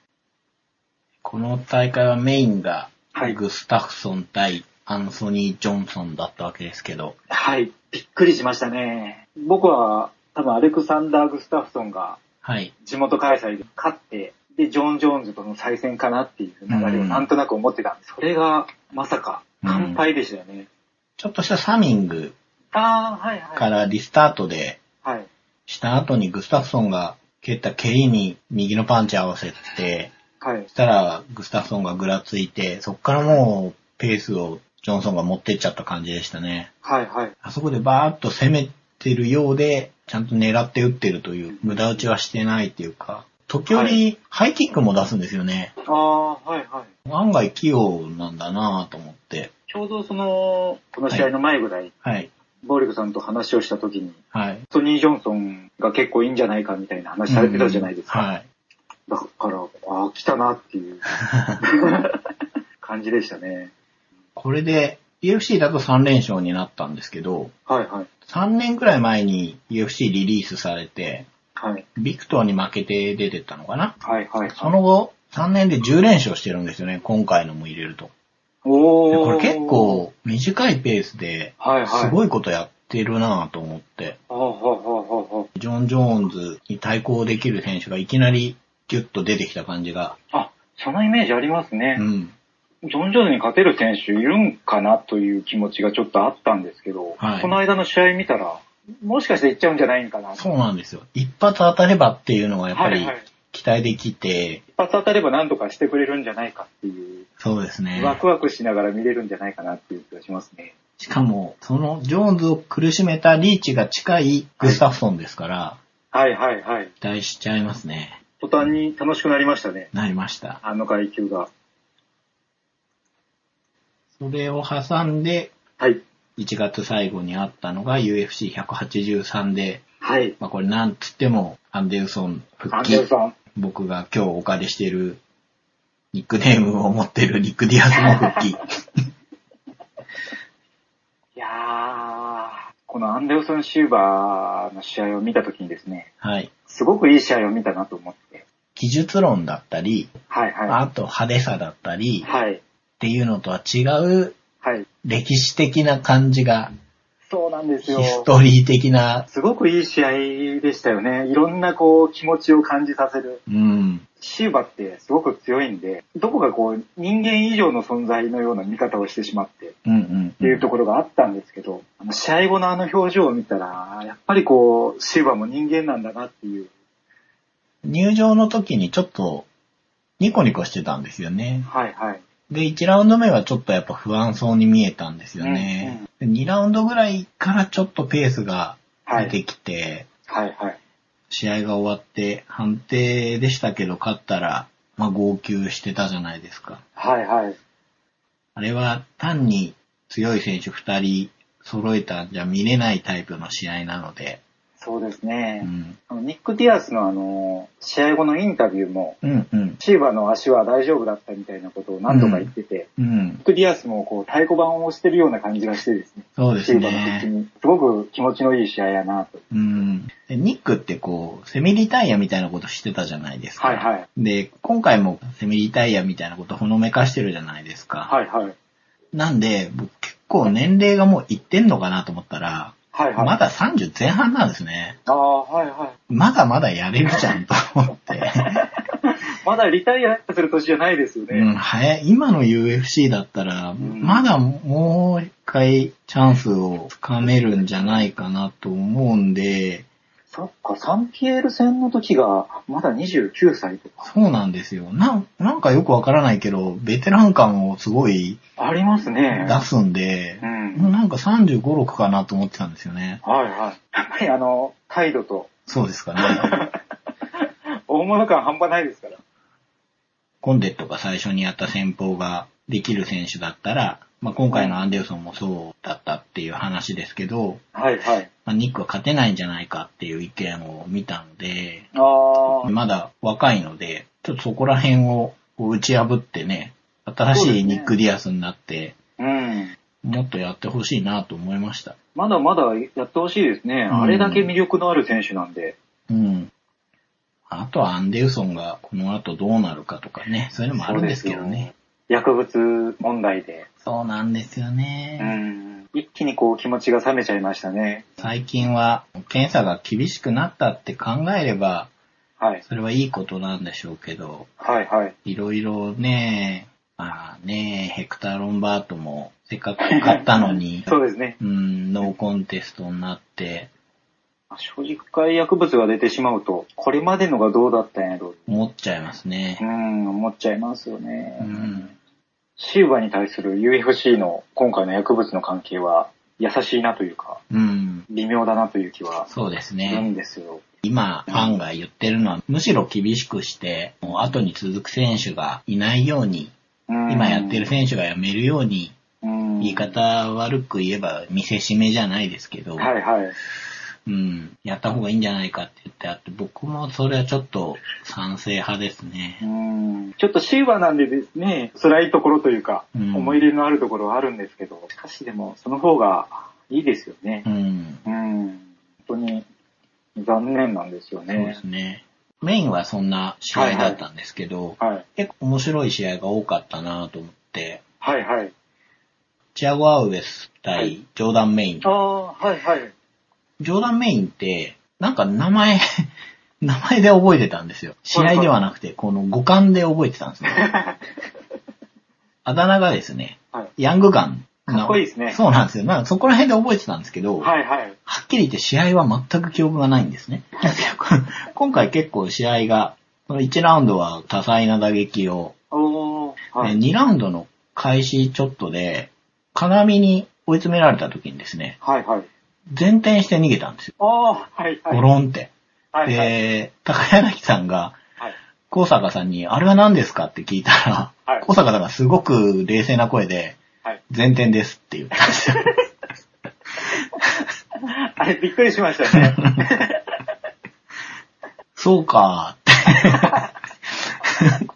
[SPEAKER 1] この大会はメインが、
[SPEAKER 2] はい
[SPEAKER 1] グスタフソン対アンソニー・ジョンソンだったわけですけど、
[SPEAKER 2] はい。びっくりしましたね。僕は多分アレクサンダー・グスタフソンが
[SPEAKER 1] はい。
[SPEAKER 2] 地元開催で勝って、で、ジョン・ジョーンズとの再戦かなっていう流れをなんとなく思ってたんです。それがまさか完敗でしたよね。
[SPEAKER 1] ちょっとしたサミング
[SPEAKER 2] ああ、はいはい。
[SPEAKER 1] からリスタートで、
[SPEAKER 2] はい。
[SPEAKER 1] した後にグスタフソンが蹴った蹴りに右のパンチ合わせて、
[SPEAKER 2] はい
[SPEAKER 1] そ。したら、グスタフソンがぐらついて、そっからもう、ペースをジョンソンが持ってっちゃった感じでしたね。
[SPEAKER 2] はいはい。
[SPEAKER 1] あそこでバーッと攻めてるようで、ちゃんと狙って打ってるという、無駄打ちはしてないっていうか、時
[SPEAKER 2] は
[SPEAKER 1] 折、ハイキックも出すんですよね。
[SPEAKER 2] ああ、はいはい。
[SPEAKER 1] 案外器用なんだなぁと思って。
[SPEAKER 2] ちょうどその、この試合の前ぐらい、
[SPEAKER 1] はい。
[SPEAKER 2] ボーリクさんと話をした時に、
[SPEAKER 1] はい。
[SPEAKER 2] ソニー・ジョンソンが結構いいんじゃないかみたいな話されてたじゃないですか。
[SPEAKER 1] うんはい。
[SPEAKER 2] だから、ああ、来たなっ ていう感じでしたね。
[SPEAKER 1] これで、UFC だと3連勝になったんですけど、
[SPEAKER 2] はいはい。
[SPEAKER 1] 3年くらい前に UFC リリースされて、
[SPEAKER 2] はい。
[SPEAKER 1] ビクトーに負けて出てったのかな
[SPEAKER 2] はいはい。
[SPEAKER 1] その後、3年で10連勝してるんですよね、今回のも入れると。で
[SPEAKER 2] お
[SPEAKER 1] こ
[SPEAKER 2] ー
[SPEAKER 1] れ結、構短いペースで、
[SPEAKER 2] はいはい。
[SPEAKER 1] す
[SPEAKER 2] い。
[SPEAKER 1] ごいことやってるなぁと思って、
[SPEAKER 2] はあ、はあはあは
[SPEAKER 1] ジョン・ジョーンズに対抗できる選手がいきなりギュッと出てきた感じが、
[SPEAKER 2] あ、あ、そのイメージありますね。
[SPEAKER 1] うん、
[SPEAKER 2] ジョン・ジョーズに勝てる選手いるんかなという気持ちがちょっとあったんですけど、
[SPEAKER 1] はい
[SPEAKER 2] この間の試合見たら、もしかしていっちゃうんじゃないんかな。
[SPEAKER 1] そうなんですよ。一発当たればっていうのはやっぱ
[SPEAKER 2] はい
[SPEAKER 1] り
[SPEAKER 2] はい
[SPEAKER 1] 期待できて、
[SPEAKER 2] 一発当たれば何とかしてくれるんじゃないかっていう、
[SPEAKER 1] そうですね。
[SPEAKER 2] ワクワクしながら見れるんじゃないかなっていう気がしますね。
[SPEAKER 1] しかも、そのジョーンズを苦しめたリーチが近いグスタフソンですから、
[SPEAKER 2] はいはいはい。
[SPEAKER 1] 期待しちゃいますね。
[SPEAKER 2] 途端に楽しくなりましたね。
[SPEAKER 1] なりました。
[SPEAKER 2] あの階級が。
[SPEAKER 1] それを挟んで、
[SPEAKER 2] はい。
[SPEAKER 1] 1月最後にあったのが UFC183 で、
[SPEAKER 2] はい。
[SPEAKER 1] まあこれなんつってもアンデルソン
[SPEAKER 2] ア
[SPEAKER 1] 復
[SPEAKER 2] ン
[SPEAKER 1] 帰
[SPEAKER 2] デル。ソン。
[SPEAKER 1] 僕が今日お借りしているニックネームを持っているニック・ディアスも復 帰。
[SPEAKER 2] いやー、このアンデルソン・シューバーの試合を見たときにですね、
[SPEAKER 1] はい。
[SPEAKER 2] すごくいい試合を見たなと思って。
[SPEAKER 1] 技術論だったり、
[SPEAKER 2] はいは
[SPEAKER 1] あと派手さだった
[SPEAKER 2] い。
[SPEAKER 1] りっ
[SPEAKER 2] はい。
[SPEAKER 1] ていうのとは違う
[SPEAKER 2] はい。
[SPEAKER 1] 歴史的な感じが、
[SPEAKER 2] そうなんです
[SPEAKER 1] ヒ
[SPEAKER 2] よ。
[SPEAKER 1] ストリー的な、
[SPEAKER 2] すごくいい試合でしたよね。いろんなこう気持ちを感じさせる。
[SPEAKER 1] うん、
[SPEAKER 2] シーバってすごく強いんで、どこかこう人間以上の存在のような見方をしてしまってっ
[SPEAKER 1] うんうん、
[SPEAKER 2] ていうところがあったんですけど、あの試合後のあの表情を見たら、やっぱりこうシーバも人間なんだなっていう。
[SPEAKER 1] 入場の時にちょっとニコニコしてたんですよね。
[SPEAKER 2] はいはい。
[SPEAKER 1] で、1ラウンド目はちょっとやっぱ不安そうに見えたんですよね。で2ラウンドぐらいからちょっとペースが
[SPEAKER 2] は
[SPEAKER 1] 出
[SPEAKER 2] い。
[SPEAKER 1] てきて、
[SPEAKER 2] はいはい。
[SPEAKER 1] 試合が終わって判定でしたけど勝ったら、まあ号泣してたじゃないですか。
[SPEAKER 2] はいはい。
[SPEAKER 1] あれは単に強い選手2人揃えたんじゃ見れないタイプの試合なので、
[SPEAKER 2] そうです
[SPEAKER 1] う
[SPEAKER 2] ね。
[SPEAKER 1] ん、
[SPEAKER 2] あのニック・ディアスのあの、試合後のインタビューも、
[SPEAKER 1] うん、うん、
[SPEAKER 2] シーバの足は大丈夫だったみたいなことを何度か言ってて、
[SPEAKER 1] うん
[SPEAKER 2] ニッ、ク・ディアスもこう太鼓判を押してるような感じがしてですね、
[SPEAKER 1] そうで
[SPEAKER 2] シ
[SPEAKER 1] す
[SPEAKER 2] ーバの
[SPEAKER 1] ね。
[SPEAKER 2] 時に、すごく気持ちのいい試合やなと。
[SPEAKER 1] うん、でニックってこう、セミリタイヤみたいなことしてたじゃないですか。
[SPEAKER 2] はいはい。
[SPEAKER 1] で、今回もセミリタイヤみたいなことほのめかしてるじゃないですか。
[SPEAKER 2] はいはい。
[SPEAKER 1] なんで、僕結構年齢がもういってんのかなと思ったら、
[SPEAKER 2] はいはい。
[SPEAKER 1] まだ30前半なんですね。
[SPEAKER 2] ああ、はいはい。
[SPEAKER 1] まだまだやれるじゃんと思って。
[SPEAKER 2] まだリタイアする年じゃないですよね。
[SPEAKER 1] うん、早い。今の UFC だったら、
[SPEAKER 2] ん
[SPEAKER 1] まだもう一回チャンスをつかめるんじゃないかなと思うんで、
[SPEAKER 2] そっか、サンピエール戦の時が、まだ29歳とか。
[SPEAKER 1] そうなんですよ。なんなんかよくわからないけど、ベテラン感をすごい
[SPEAKER 2] ありますね。
[SPEAKER 1] 出すんで
[SPEAKER 2] う、ん。
[SPEAKER 1] もうなんか35、6かなと思ってたんですよね。
[SPEAKER 2] はいはい。やっぱりあの、態度と、
[SPEAKER 1] そうですかね。
[SPEAKER 2] 大物感半端ないですから。
[SPEAKER 1] コンデットが最初にやった戦法ができる選手だったら、まあ、今回のアンデルソンもそうだったっていう話ですけど、
[SPEAKER 2] はいはい。
[SPEAKER 1] まあ、ニックは勝てないんじゃないかっていう意見を見たので、
[SPEAKER 2] ああ。
[SPEAKER 1] まだ若いので、ちょっとそこら辺を打ち破ってね、新しいニック・ディアスになって、
[SPEAKER 2] うん。
[SPEAKER 1] もっとやってほしいなと思いました。
[SPEAKER 2] まだまだやってほしいですね。
[SPEAKER 1] うん
[SPEAKER 2] あれだけ魅力のある選手なんで。
[SPEAKER 1] うん。あとはアンデルソンがこの後どうなるかとかね、そういうのもあるんですけどね。
[SPEAKER 2] 薬物問題で。
[SPEAKER 1] そうなんですよね。
[SPEAKER 2] うん。一気にこう気持ちが冷めちゃいましたね。
[SPEAKER 1] 最近は検査が厳しくなったって考えれば、
[SPEAKER 2] はい。
[SPEAKER 1] それはいいことなんでしょうけど、
[SPEAKER 2] はいはい。、
[SPEAKER 1] いろいろね、まあね、ヘクター・ロンバートもせっかく買ったのに
[SPEAKER 2] そうですね。
[SPEAKER 1] うん、ノーコンテストになって、
[SPEAKER 2] 正直解薬物が出てしまうと、これまでのがどうだったんやろう。
[SPEAKER 1] 思っちゃいます
[SPEAKER 2] う
[SPEAKER 1] ね。
[SPEAKER 2] ん、思っちゃいますよ
[SPEAKER 1] う
[SPEAKER 2] ね。
[SPEAKER 1] ん。
[SPEAKER 2] シーバに対する UFC の今回の薬物の関係は、優しいなというか、
[SPEAKER 1] うん。
[SPEAKER 2] 微妙だなという気は
[SPEAKER 1] そうです
[SPEAKER 2] する
[SPEAKER 1] ね。
[SPEAKER 2] んですよ。
[SPEAKER 1] 今、ファンが言ってるのは、むしろ厳しくして、もう後に続く選手がいないように、
[SPEAKER 2] うん
[SPEAKER 1] 今やってる選手が辞めるように、
[SPEAKER 2] うん
[SPEAKER 1] 言い方悪く言えば見せしめじゃないですけど、
[SPEAKER 2] はいはい。
[SPEAKER 1] うん、やった方がいいんじゃないかって言ってあって、僕もそれはちょっと賛成派です
[SPEAKER 2] う
[SPEAKER 1] ね。
[SPEAKER 2] んちょっとシーバなんでですね、辛いところというか、
[SPEAKER 1] うん
[SPEAKER 2] 思い入れのあるところはあるんですけど、しかしでもその方がいいですよね
[SPEAKER 1] う。ん、
[SPEAKER 2] うん、本当に残念なんですよ
[SPEAKER 1] そうで
[SPEAKER 2] ね。
[SPEAKER 1] すね。メインはそんな試合だったんですけど、
[SPEAKER 2] はい。
[SPEAKER 1] 結構面白い試合が多かったなと思って、
[SPEAKER 2] はいはい。
[SPEAKER 1] チアゴ・アウエス
[SPEAKER 2] は
[SPEAKER 1] 対
[SPEAKER 2] い
[SPEAKER 1] ジョーダン・メイン。
[SPEAKER 2] ああ、はいはい。
[SPEAKER 1] ジョーダン・メインって、なんか名前、 名前で覚え てたんですよ。試合ではなくて、この五感で覚えてたんですね。あだ名がですね、
[SPEAKER 2] はい
[SPEAKER 1] ヤングガンの。
[SPEAKER 2] かっこいいですね
[SPEAKER 1] そうなんですよ。なんかそこら辺で覚えてたんですけど、は
[SPEAKER 2] はいはい。
[SPEAKER 1] っきり言って試合は全く記憶がないんですね。 今回結構試合が、この1ラウンドは多彩な打撃を、
[SPEAKER 2] おー。はい。
[SPEAKER 1] 2ラウンドの開始ちょっとで、金網に追い詰められた時にですね、
[SPEAKER 2] はいはい。
[SPEAKER 1] 前転して逃げたんですよ。
[SPEAKER 2] おー。はいはい。
[SPEAKER 1] ゴロンって。
[SPEAKER 2] はいはい。
[SPEAKER 1] で、高柳さんが、
[SPEAKER 2] はい。
[SPEAKER 1] 高坂さんに、あれは何ですかって聞いたら、
[SPEAKER 2] はい
[SPEAKER 1] 高坂さんがすごく冷静な声で、
[SPEAKER 2] はい。
[SPEAKER 1] 前転ですって言ったんですよ。
[SPEAKER 2] あれ、びっくりしましたね。
[SPEAKER 1] そうかーって。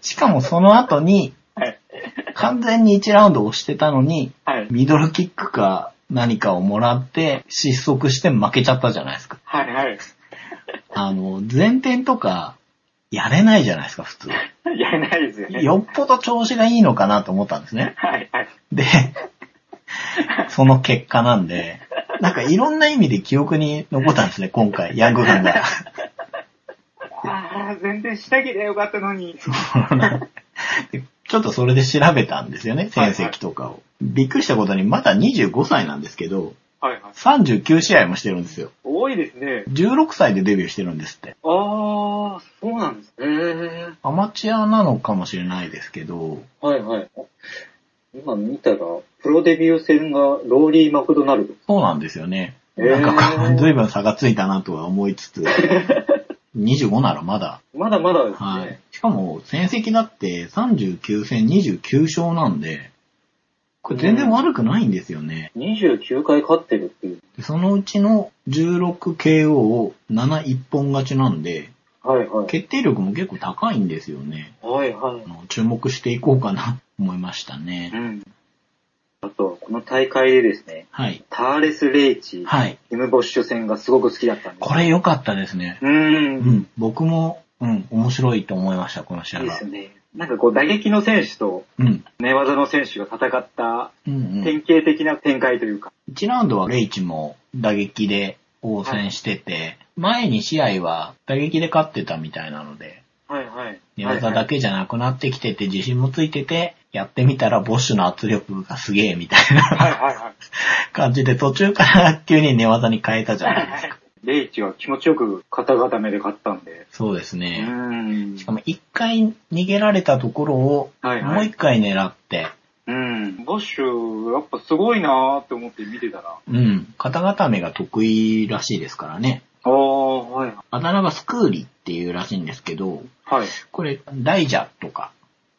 [SPEAKER 1] しかもその後に、
[SPEAKER 2] はい。
[SPEAKER 1] 完全に1ラウンド押してたのに、
[SPEAKER 2] はい。
[SPEAKER 1] ミドルキックか何かをもらって、失速して負けちゃったじゃないですか。
[SPEAKER 2] はいはい。
[SPEAKER 1] あの、前転とか、やれないじゃないですか、普通。
[SPEAKER 2] やれないですよね。
[SPEAKER 1] よっぽど調子がいいのかなと思ったんですね。
[SPEAKER 2] はいはい。
[SPEAKER 1] で、その結果なんで、なんかいろんな意味で記憶に残ったんですね、今回、ヤングガンが。
[SPEAKER 2] ああ、全然下着でよかったのに。
[SPEAKER 1] で ちょっとそれで調べたんですよね、戦績とかを。びっくりしたことに、まだ25歳なんですけど、
[SPEAKER 2] はいはい。
[SPEAKER 1] 39試合もしてるんですよ。
[SPEAKER 2] 多いですね。
[SPEAKER 1] 16歳でデビューしてるんですって。
[SPEAKER 2] ああ、そうなんですね。
[SPEAKER 1] アマチュアなのかもしれないですけど、
[SPEAKER 2] はいはい。今見たら、プロデビュー戦がローリー・マクドナルド。
[SPEAKER 1] そうなんですよね。
[SPEAKER 2] え
[SPEAKER 1] な
[SPEAKER 2] ー
[SPEAKER 1] んかこう、随分差がついたなとは思いつ つ、25ならまだ
[SPEAKER 2] まだまだですね。
[SPEAKER 1] はい。しかも、戦績だって39戦29勝なんで、これ全然悪くないんですよね。
[SPEAKER 2] 29回勝ってるっていう。
[SPEAKER 1] でそのうちの 16KO を7一本勝ちなんで、
[SPEAKER 2] はいはい。
[SPEAKER 1] 決定力も結構高いんですよね。
[SPEAKER 2] はいはい
[SPEAKER 1] あ。の注目していこうかな、思いました
[SPEAKER 2] う
[SPEAKER 1] ね。
[SPEAKER 2] ん。あとは、この大会でですね、
[SPEAKER 1] はい。
[SPEAKER 2] ターレス・レイチ、
[SPEAKER 1] はい。
[SPEAKER 2] ティム・ボッシュ戦がすごく好きだったんです。
[SPEAKER 1] これ良かったですね。
[SPEAKER 2] うー。
[SPEAKER 1] うんん。僕も、うん、面白いと思いました、この試
[SPEAKER 2] い
[SPEAKER 1] 合
[SPEAKER 2] いで
[SPEAKER 1] が
[SPEAKER 2] す。ね。なんかこう、打撃の選手と
[SPEAKER 1] うん。
[SPEAKER 2] 寝技の選手が戦った
[SPEAKER 1] うんうん。
[SPEAKER 2] 典型的な展開というか。
[SPEAKER 1] 1ラウンドはレイチも打撃で応戦してて、前に試合は打撃で勝ってたみたいなので、
[SPEAKER 2] はいはい。
[SPEAKER 1] 寝技だけじゃなくなってきてて自信もついてて、やってみたらボッシュの圧力がすげえみたいな
[SPEAKER 2] はいはいはい。
[SPEAKER 1] 感じで途中から急に寝技に変えたじゃないですか。
[SPEAKER 2] レイチは気持ちよく肩固めで勝ったんで。
[SPEAKER 1] そうです
[SPEAKER 2] う
[SPEAKER 1] ね。
[SPEAKER 2] ん
[SPEAKER 1] しかも一回逃げられたところを
[SPEAKER 2] はいはい
[SPEAKER 1] もう一回狙って、
[SPEAKER 2] うん。ボッシュ、やっぱすごいなーって思って見てたら。
[SPEAKER 1] うん、肩固めが得意らしいですからね。
[SPEAKER 2] ああ、はいはい。
[SPEAKER 1] あだ名がスクーリっていうらしいんですけど、
[SPEAKER 2] はい。
[SPEAKER 1] これ、ダイジャとか、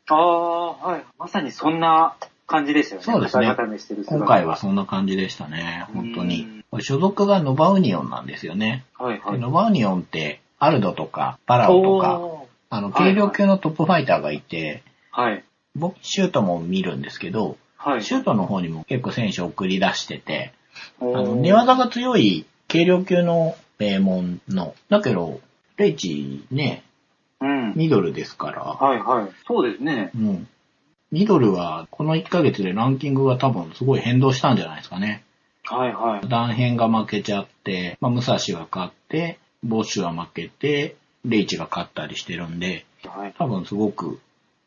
[SPEAKER 2] ああ、はい。まさにそんな感じでしたよね。
[SPEAKER 1] そうですね
[SPEAKER 2] 肩固めしてる姿
[SPEAKER 1] 今回は。そんな感じでしたね、本当
[SPEAKER 2] う
[SPEAKER 1] に
[SPEAKER 2] ん。
[SPEAKER 1] これ所属がノバウニオンなんですよね。
[SPEAKER 2] はいは
[SPEAKER 1] で
[SPEAKER 2] い。
[SPEAKER 1] ノバウニオンって、アルドとか、バラオとか、
[SPEAKER 2] おー
[SPEAKER 1] あの、
[SPEAKER 2] はいは
[SPEAKER 1] 軽
[SPEAKER 2] い
[SPEAKER 1] 量級のトップファイターがいて、
[SPEAKER 2] はい。
[SPEAKER 1] 僕、シュートも見るんですけど、
[SPEAKER 2] はい。
[SPEAKER 1] シュートの方にも結構選手を送り出してて、
[SPEAKER 2] あ
[SPEAKER 1] あの、寝技が強い軽量級の名門の、だけど、レイチね、
[SPEAKER 2] うん。
[SPEAKER 1] ミドルですから、
[SPEAKER 2] はいはい。そうですね。
[SPEAKER 1] うん。ミドルは、この1ヶ月でランキングが多分すごい変動したんじゃないですかね。
[SPEAKER 2] はいはい。
[SPEAKER 1] 断片が負けちゃって、まあ、武蔵が勝って、ボッシュが負けて、レイチが勝ったりしてるんで、
[SPEAKER 2] はい、
[SPEAKER 1] 多分すごく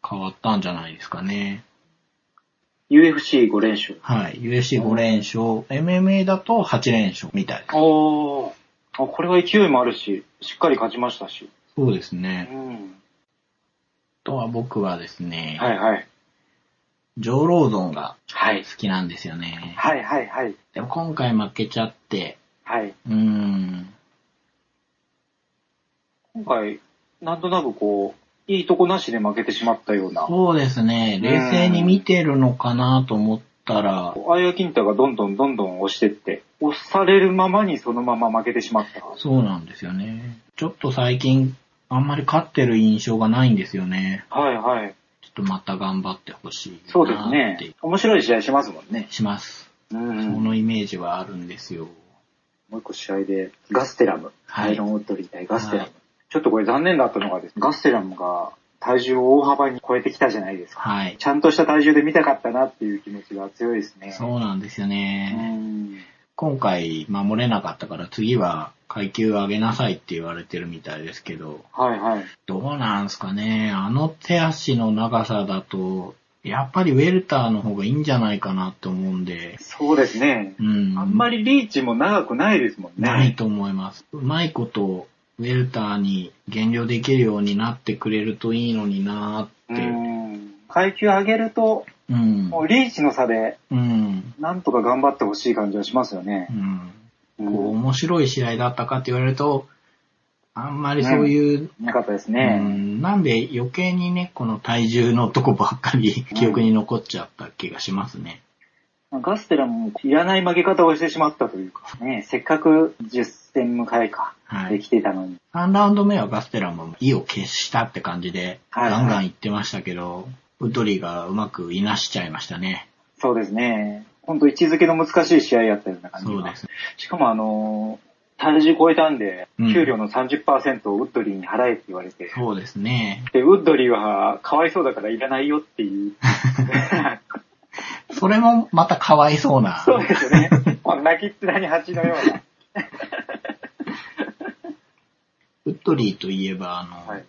[SPEAKER 1] 変わったんじゃないですかね。
[SPEAKER 2] UFC5 連勝。
[SPEAKER 1] はい。UFC5 連勝、MMA だと8連勝みたいです。
[SPEAKER 2] おーあ、これは勢いもあるし、しっかり勝ちましたし。
[SPEAKER 1] そうです
[SPEAKER 2] う
[SPEAKER 1] ね。あ
[SPEAKER 2] ん。
[SPEAKER 1] とは僕はですね、
[SPEAKER 2] はいはい。
[SPEAKER 1] ジョーローゾンが
[SPEAKER 2] はい
[SPEAKER 1] 好。きなんですよね。
[SPEAKER 2] はいはいはい。
[SPEAKER 1] でも今回負けちゃって、
[SPEAKER 2] はい。
[SPEAKER 1] うーん、
[SPEAKER 2] 今回、なんとなくこう、いいとこなしで負けてしまったような。
[SPEAKER 1] そうですね、
[SPEAKER 2] ん
[SPEAKER 1] 冷静に見てるのかなと思ったら、
[SPEAKER 2] アイアキンタがどんどんどんどん押してって、押されるままにそのまま負けてしまった。
[SPEAKER 1] そうなんですよね。ちょっと最近、あんまり勝ってる印象がないんですよね。
[SPEAKER 2] はいはい。
[SPEAKER 1] ちょっとまた頑張ってほしい
[SPEAKER 2] そうです
[SPEAKER 1] なって
[SPEAKER 2] ね。面白い試合しますもんね。
[SPEAKER 1] します。
[SPEAKER 2] う
[SPEAKER 1] そ
[SPEAKER 2] ん。も
[SPEAKER 1] のイメージはあるんですよ。
[SPEAKER 2] う一個試合で、ガステラム。
[SPEAKER 1] はい
[SPEAKER 2] アイロンウッドリー対ガステラム。
[SPEAKER 1] はい
[SPEAKER 2] ちょっとこれ残念だったのがですね、ガステラムが体重を大幅に超えてきたじゃないですか。
[SPEAKER 1] はい。
[SPEAKER 2] ちゃんとした体重で見たかったなっていう気持ちが強いですね。
[SPEAKER 1] そうなんですよ
[SPEAKER 2] う
[SPEAKER 1] ね。
[SPEAKER 2] ん。
[SPEAKER 1] 今回守れなかったから次は階級上げなさいって言われてるみたいですけど、
[SPEAKER 2] はいはい。
[SPEAKER 1] どうなんすかね。あの手足の長さだとやっぱりウェルターの方がいいんじゃないかなって思うんで、
[SPEAKER 2] そうですね。
[SPEAKER 1] うん。
[SPEAKER 2] あんまりリーチも長くないですもんね。
[SPEAKER 1] ないと思います。うまいこと、ウェルターに減量できるようになってくれるといいのになーっ
[SPEAKER 2] う
[SPEAKER 1] て。
[SPEAKER 2] ん。階級上げると、
[SPEAKER 1] うん。
[SPEAKER 2] もうリーチの差で、
[SPEAKER 1] うん。
[SPEAKER 2] なんとか頑張ってほしい感じはしますよね
[SPEAKER 1] う。ん。こ
[SPEAKER 2] うん
[SPEAKER 1] う、面白い試合だったかって言われると、あんまりそういう、
[SPEAKER 2] なかったです
[SPEAKER 1] う
[SPEAKER 2] ね。
[SPEAKER 1] ん、なんで余計にね、この体重のとこばっかり
[SPEAKER 2] うん
[SPEAKER 1] 記憶に残っちゃった気がしますね。
[SPEAKER 2] ガステラもいらない負け方をしてしまったというかね、せっかく10戦迎えか、
[SPEAKER 1] は
[SPEAKER 2] で
[SPEAKER 1] い。
[SPEAKER 2] きていたのに。
[SPEAKER 1] 3ラウンド目はガステラも意を決したって感じで、
[SPEAKER 2] はいはい
[SPEAKER 1] ガンガンいってましたけど、ウトリがうまくいなしちゃいましたね。
[SPEAKER 2] そうですね。ほんと位置づけの難しい試合やったような感じ
[SPEAKER 1] そう
[SPEAKER 2] が
[SPEAKER 1] で。す。
[SPEAKER 2] しかもあのー体重超えたんで、
[SPEAKER 1] うん
[SPEAKER 2] 給料の30%をウッドリーに払えって言われて、
[SPEAKER 1] そうですね。
[SPEAKER 2] で、ウッドリーはかわいそうだからいらないよっ ていう。
[SPEAKER 1] それもまたかわいそうな。
[SPEAKER 2] そうですよね。まあ泣きっ面に蜂のような。
[SPEAKER 1] ウッドリーといえば、あの、
[SPEAKER 2] はい。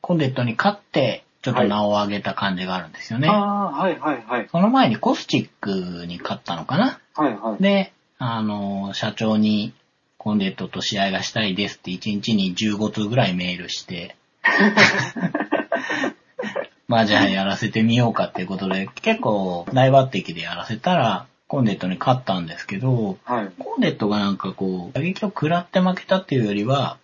[SPEAKER 1] コンデットに勝って、ちょっと名を上げた感じがあるんですよね。
[SPEAKER 2] ああ、はいはいはい。
[SPEAKER 1] その前にコスチックに勝ったのかな
[SPEAKER 2] はいはい。
[SPEAKER 1] で、あの、社長にコンデットと試合がしたいですって1日に15通ぐらいメールして、まあじゃあやらせてみようかっていうことで、結構大抜擢でやらせたら、コンデットに勝ったんですけど、
[SPEAKER 2] はい。
[SPEAKER 1] コンデットがなんかこう、打撃を食らって負けたっていうよりは、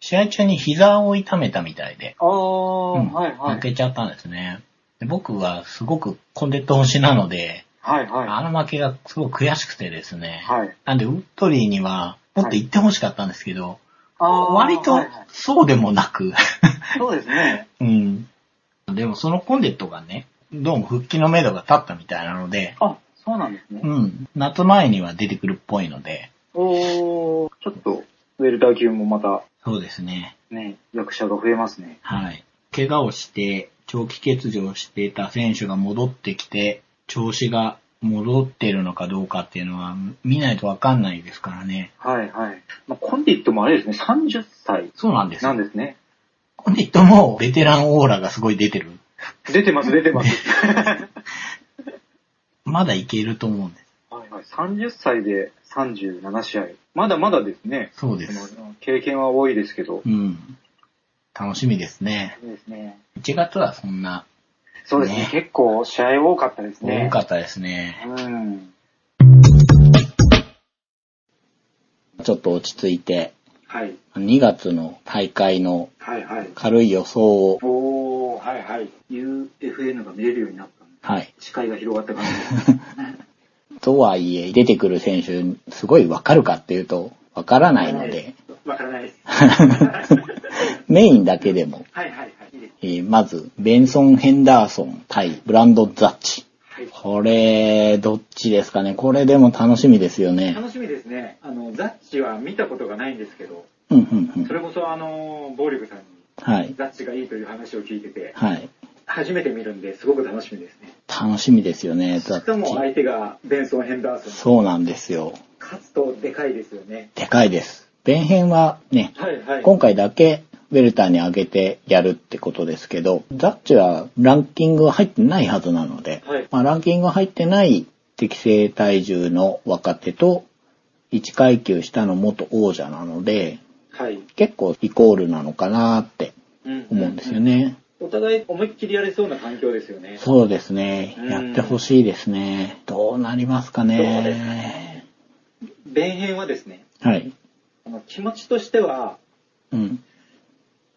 [SPEAKER 1] 試合中に膝を痛めたみたいで、
[SPEAKER 2] ああ、
[SPEAKER 1] うん
[SPEAKER 2] はいは
[SPEAKER 1] 負
[SPEAKER 2] い。
[SPEAKER 1] けちゃったんですね。で僕はすごくコンデット推しなので、
[SPEAKER 2] はいは
[SPEAKER 1] あの負けがすごく悔しくてですね
[SPEAKER 2] い。。はい。
[SPEAKER 1] なんで、ウッドリーにはもっと行ってほしかったんですけど、
[SPEAKER 2] ああ
[SPEAKER 1] 割と
[SPEAKER 2] はいはい
[SPEAKER 1] そうでもな く、
[SPEAKER 2] そうですね。
[SPEAKER 1] うん。でもそのコンデットがね、どうも復帰のめどが立ったみたいなので、
[SPEAKER 2] あ、そうなんですね。
[SPEAKER 1] うん。夏前には出てくるっぽいので、
[SPEAKER 2] おー、ちょっと、ウェルター級もまた、
[SPEAKER 1] そうですね。
[SPEAKER 2] ね、役者が増えますね。
[SPEAKER 1] はい。怪我をして、長期欠場していた選手が戻ってきて、調子が戻ってるのかどうかっていうのは見ないとわかんないですからね。
[SPEAKER 2] はいはい。まあ、コンディットもあれですね、30歳
[SPEAKER 1] そうなんです。
[SPEAKER 2] なんですね。
[SPEAKER 1] コンディットもベテランオーラがすごい出てる。
[SPEAKER 2] 出てます、出てます。
[SPEAKER 1] まだいけると思うんです。
[SPEAKER 2] はいはい、30歳で37試合。まだまだですね。
[SPEAKER 1] そうで
[SPEAKER 2] そ
[SPEAKER 1] す。
[SPEAKER 2] の経験は多いですけど。
[SPEAKER 1] うん。楽しみですね。
[SPEAKER 2] そうですね。
[SPEAKER 1] 1月はそんな
[SPEAKER 2] そうですね
[SPEAKER 1] ね
[SPEAKER 2] 結構試合多かったですね。
[SPEAKER 1] 多かったですね。
[SPEAKER 2] うん。
[SPEAKER 1] ちょっと落ち着いて、
[SPEAKER 2] はい。
[SPEAKER 1] 2月の大会の
[SPEAKER 2] はいはい。
[SPEAKER 1] 軽い予想を、
[SPEAKER 2] おー、はいはい。UFN が見れるようになったんで
[SPEAKER 1] はい。
[SPEAKER 2] 視界が広がった感じです。
[SPEAKER 1] とはいえ、出てくる選手、すごいわかるかっていうと、わからないの で、
[SPEAKER 2] わからないです。
[SPEAKER 1] メインだけでも、
[SPEAKER 2] はいはいはい。いいです
[SPEAKER 1] えーまず、ベンソン・ヘンダーソン対ブランド・ザッチ。
[SPEAKER 2] はい
[SPEAKER 1] これ、どっちですかね。これでも楽しみですよね。
[SPEAKER 2] 楽しみですね。あの、ザッチは見たことがないんですけど、
[SPEAKER 1] うん、うん、うん
[SPEAKER 2] そ。れこそあの、暴力さんに
[SPEAKER 1] はい。
[SPEAKER 2] ザッチがいいという話を聞いてて、
[SPEAKER 1] はい。
[SPEAKER 2] 初めて見るんですごく楽しみですね。
[SPEAKER 1] 楽しみですよね、ザ
[SPEAKER 2] しかも
[SPEAKER 1] ッチ。
[SPEAKER 2] 相手がベンソン・ヘンダーソン。
[SPEAKER 1] そうなんですよ。
[SPEAKER 2] 勝つとでかいですよね。
[SPEAKER 1] でかいです。弁編はね、
[SPEAKER 2] はいはい。
[SPEAKER 1] 今回だけウェルターに上げてやるってことですけど、ザッチはランキング入ってないはずなので、
[SPEAKER 2] はい
[SPEAKER 1] まあ、ランキング入ってない適正体重の若手と、1階級下の元王者なので、
[SPEAKER 2] はい。
[SPEAKER 1] 結構イコールなのかなって
[SPEAKER 2] うん
[SPEAKER 1] 思うんですよ。ね。
[SPEAKER 2] お互い思いっきりやれそうな環境ですよね。
[SPEAKER 1] そうですね
[SPEAKER 2] う。ん
[SPEAKER 1] やってほしいですね。どうなりますか
[SPEAKER 2] どうですか
[SPEAKER 1] ね。
[SPEAKER 2] 弁編はですね、
[SPEAKER 1] はい。
[SPEAKER 2] あの気持ちとしては、
[SPEAKER 1] うん。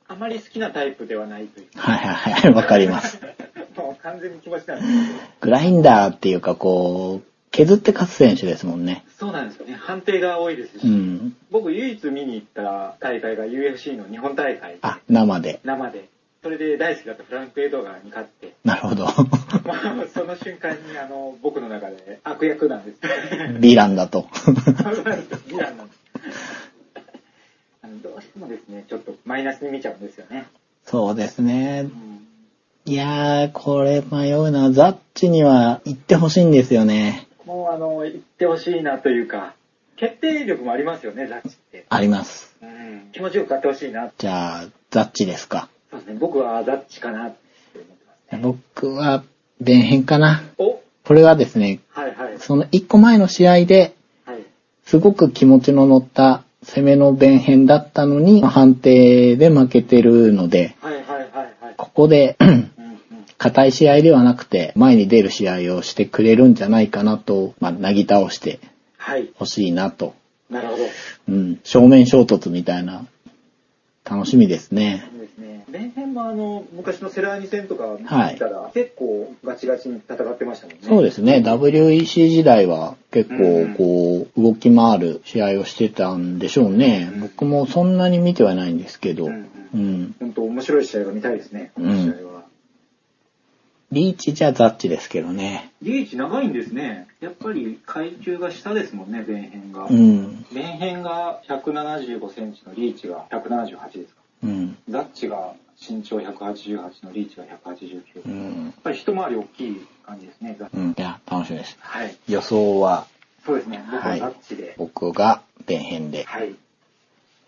[SPEAKER 2] あまり好きなタイプではないという。
[SPEAKER 1] はいはいはい。わかります。
[SPEAKER 2] もう完全に気持ちなんですけど
[SPEAKER 1] グラインダーっていうかこう、削って勝つ選手ですもんね。
[SPEAKER 2] そうなんですよね。判定が多いですし、
[SPEAKER 1] うん。
[SPEAKER 2] 僕唯一見に行った大会が UFC の日本大会で、
[SPEAKER 1] あ、生で。
[SPEAKER 2] 生で、それで大好きだったフランク・エドガーに勝 って、
[SPEAKER 1] なるほど。
[SPEAKER 2] まあ、その瞬間にあの僕の中で悪役なんです。
[SPEAKER 1] ヴィランだと。
[SPEAKER 2] そうなんですヴィランなんですあのどうしてもですね、ちょっとマイナスに見ちゃうんですよね。
[SPEAKER 1] そうですね
[SPEAKER 2] う。ん
[SPEAKER 1] いやー、これ迷うな。ザッチには行ってほしいんですよね。
[SPEAKER 2] もうあの、言ってほしいなというか、決定力もありますよね、ザッチって。
[SPEAKER 1] あります。
[SPEAKER 2] うん、気持ちよく勝ってほしいな。
[SPEAKER 1] じゃあ、ザッチですか。
[SPEAKER 2] そうですね、僕はザッチかなって思ってますね。
[SPEAKER 1] 僕は、弁編かな。
[SPEAKER 2] お
[SPEAKER 1] これはですね、
[SPEAKER 2] はいはい。
[SPEAKER 1] その一個前の試合で、
[SPEAKER 2] はい。
[SPEAKER 1] すごく気持ちの乗った攻めの弁編だったのに、判定で負けてるので、
[SPEAKER 2] はいはいはいはい。
[SPEAKER 1] ここで、
[SPEAKER 2] うんうん。
[SPEAKER 1] 硬い試合ではなくて、前に出る試合をしてくれるんじゃないかなと、まあ、なぎ倒して
[SPEAKER 2] はい。
[SPEAKER 1] ほしいなと。
[SPEAKER 2] なるほど。
[SPEAKER 1] うん、正面衝突みたいな、楽しみですね。
[SPEAKER 2] そうですね。弁編もあの、昔のセラーニ戦とか見
[SPEAKER 1] はい
[SPEAKER 2] たら、結構ガチガチに戦ってましたもんね。。
[SPEAKER 1] そうですすね、WEC 時代は結
[SPEAKER 2] う
[SPEAKER 1] 構
[SPEAKER 2] ん
[SPEAKER 1] こう、動き回る試合をしてたんでしょうね
[SPEAKER 2] う。ん
[SPEAKER 1] 僕もそんなに見てはないんですけど、
[SPEAKER 2] う
[SPEAKER 1] うんん。
[SPEAKER 2] 本当面白い試合が見たいですね、この試合は。
[SPEAKER 1] リーチじゃザッチですけどね。
[SPEAKER 2] リーチ長いんですね。やっぱり階級が下ですもんね、弁編が。
[SPEAKER 1] うん。
[SPEAKER 2] 弁編が175センチのリーチが178ですか。
[SPEAKER 1] うん。
[SPEAKER 2] ザッチが身長188のリーチが189。
[SPEAKER 1] う
[SPEAKER 2] やっ
[SPEAKER 1] ん。
[SPEAKER 2] ぱり一回り大きい感じですね、ザッチ
[SPEAKER 1] うん。いや、楽しみです。
[SPEAKER 2] はい。
[SPEAKER 1] 予想は
[SPEAKER 2] そうですね。僕
[SPEAKER 1] は
[SPEAKER 2] はいザッチで。
[SPEAKER 1] 僕が前編で、
[SPEAKER 2] はい。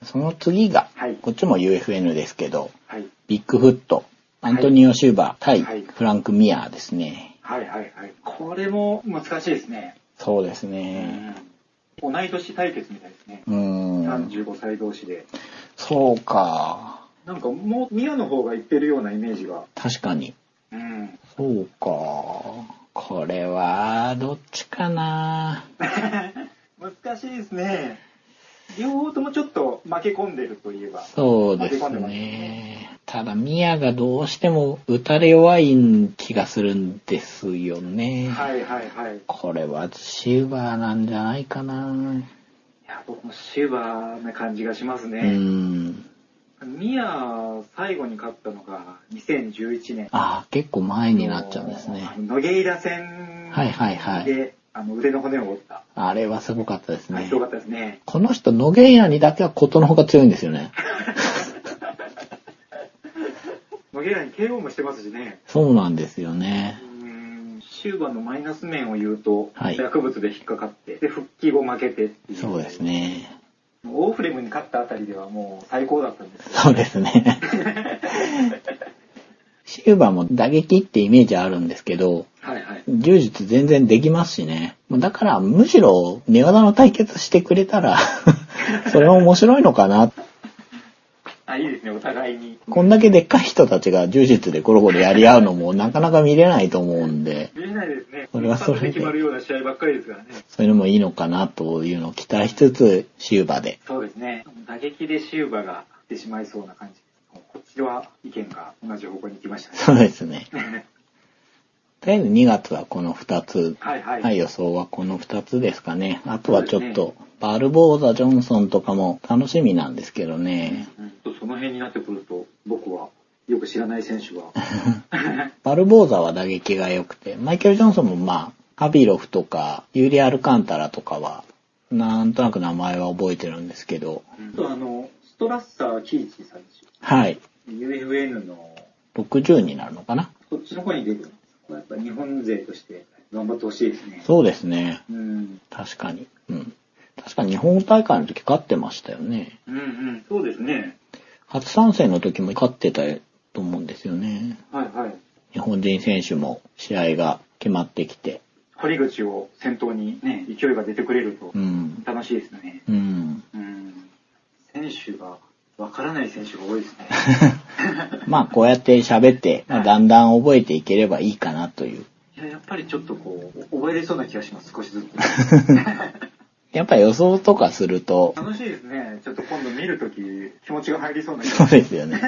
[SPEAKER 1] その次が、
[SPEAKER 2] はい
[SPEAKER 1] こっちも UFN ですけど、
[SPEAKER 2] はい。
[SPEAKER 1] ビッグフット、アントニオ・シューバー対
[SPEAKER 2] はい
[SPEAKER 1] フランク・ミアーですね。
[SPEAKER 2] はいはいはい。これも難しいですね。
[SPEAKER 1] そうです
[SPEAKER 2] う
[SPEAKER 1] ね。
[SPEAKER 2] ん同い年対決みたいですね。
[SPEAKER 1] うん。
[SPEAKER 2] 35歳同士で。
[SPEAKER 1] そうか。
[SPEAKER 2] なんかもう、宮の方がいってるようなイメージが。
[SPEAKER 1] 確かに。
[SPEAKER 2] うん。
[SPEAKER 1] そうか。これは、どっちかな。
[SPEAKER 2] 難しいですね。両方ともちょっと負け込んでるといえば。
[SPEAKER 1] そうですね。ただ、ミアがどうしても打たれ弱い気がするんですよね。
[SPEAKER 2] はいはいはい。い
[SPEAKER 1] これはシューバーなんじゃないかな。
[SPEAKER 2] や、僕もシューバーな感じがします
[SPEAKER 1] う
[SPEAKER 2] ね。
[SPEAKER 1] ん。
[SPEAKER 2] ミア、最後に勝ったのが2011年。
[SPEAKER 1] ああ、結構前になっちゃうんですね
[SPEAKER 2] あ。のノゲイラ戦
[SPEAKER 1] はいはいはい。
[SPEAKER 2] で、あの腕の骨を折った。
[SPEAKER 1] あれはすごかったです
[SPEAKER 2] あ
[SPEAKER 1] ね
[SPEAKER 2] ひ。どかったですね。
[SPEAKER 1] この人、ノゲイラにだけはことのほか強いんですよね。
[SPEAKER 2] ノゲイラに KO もしてますしね。
[SPEAKER 1] そうなんですよ
[SPEAKER 2] う
[SPEAKER 1] ね。
[SPEAKER 2] ーん終盤のマイナス面を言うと、
[SPEAKER 1] はい
[SPEAKER 2] 薬物で引っかかって、で、復帰後負けてっていう。
[SPEAKER 1] そうです。ね。
[SPEAKER 2] オーフレムに勝ったあたりではもう最高だったんですよ。
[SPEAKER 1] そうですね。シューバーも打撃ってイメージあるんですけど、
[SPEAKER 2] はいはい。
[SPEAKER 1] 柔術全然できますしね。だから、むしろ、寝技の対決してくれたら、 それも面白いのかな。
[SPEAKER 2] あ、いいですね、お互いに。
[SPEAKER 1] こんだけでっかい人たちが柔術でゴロゴロやり合うのもなかなか見れないと思うんで、
[SPEAKER 2] 見えないですね。
[SPEAKER 1] それはそれで
[SPEAKER 2] 一発決まるような試合ばっかりですからね。
[SPEAKER 1] そういうのもいいのかなというのを期待しつつ、シューバーで。
[SPEAKER 2] そうですね。打撃でシューバが勝ってしまいそうな感じです。こっちは意見が同じ方向に行きました
[SPEAKER 1] そうですね。
[SPEAKER 2] ね。
[SPEAKER 1] とりあえず2月はこの2つ。
[SPEAKER 2] はいはい。
[SPEAKER 1] はい、予想はこの2つですかね。あとはちょっと、バルボーザ・ジョンソンとかも楽しみなんですけどね。
[SPEAKER 2] うんとその辺になってくると、僕はよく知らない 選手が。
[SPEAKER 1] バルボーザは打撃が良くて、マイケル・ジョンソンもまあ、ハビロフとか、ユーリ・アルカンタラとかは、なんとなく名前は覚えてるんですけど、
[SPEAKER 2] あとあの、ストラッサー・キーチさんですよ。
[SPEAKER 1] はい、
[SPEAKER 2] UFN の、
[SPEAKER 1] 60になるのかな。
[SPEAKER 2] こっちの方に出てるんです。これやっぱ日本勢として頑張ってほしいですね。
[SPEAKER 1] そうですね。
[SPEAKER 2] うん。
[SPEAKER 1] 確かに。うん。確かに日本大会の時勝ってましたよね。
[SPEAKER 2] うんうん、そうですね。
[SPEAKER 1] 初参戦の時も勝ってたと思うんですよね。
[SPEAKER 2] はいはい。
[SPEAKER 1] 日本人選手も試合が決まってきて。
[SPEAKER 2] 堀口を先頭にね、勢いが出てくれると
[SPEAKER 1] うん。
[SPEAKER 2] 楽しいですね。
[SPEAKER 1] うん。
[SPEAKER 2] うん。選手が、わからない選手が多いですね。
[SPEAKER 1] まあこうやって喋って、まあだんだん覚えていければいいかなという。
[SPEAKER 2] いや、やっぱりちょっとこう、覚えれそうな気がします、少しずつ。
[SPEAKER 1] やっぱ予想とかすると、
[SPEAKER 2] 楽しいですね。ちょっと今度見るとき、気持ちが入りそうな気
[SPEAKER 1] そ
[SPEAKER 2] が
[SPEAKER 1] うですよね。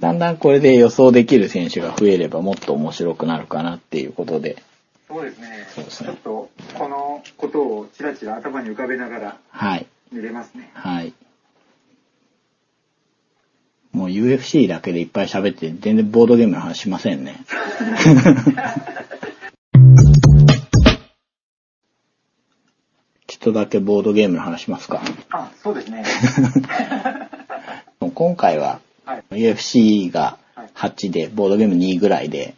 [SPEAKER 1] だんだんこれで予想できる選手が増えればもっと面白くなるかなっていうことで。
[SPEAKER 2] そうですね。
[SPEAKER 1] そうです
[SPEAKER 2] ちょ
[SPEAKER 1] ね
[SPEAKER 2] っと、このことをちらちら頭に浮かべながら
[SPEAKER 1] はい。
[SPEAKER 2] 見れますね。
[SPEAKER 1] はい。もう UFC だけでいっぱい喋って全然ボードゲームの話しませんね。ちょっとだけボードゲームの話しますか。
[SPEAKER 2] あ、そうですね。
[SPEAKER 1] もう今回は
[SPEAKER 2] はい。
[SPEAKER 1] UFC が
[SPEAKER 2] はい
[SPEAKER 1] 8で、ボードゲーム2ぐらいで、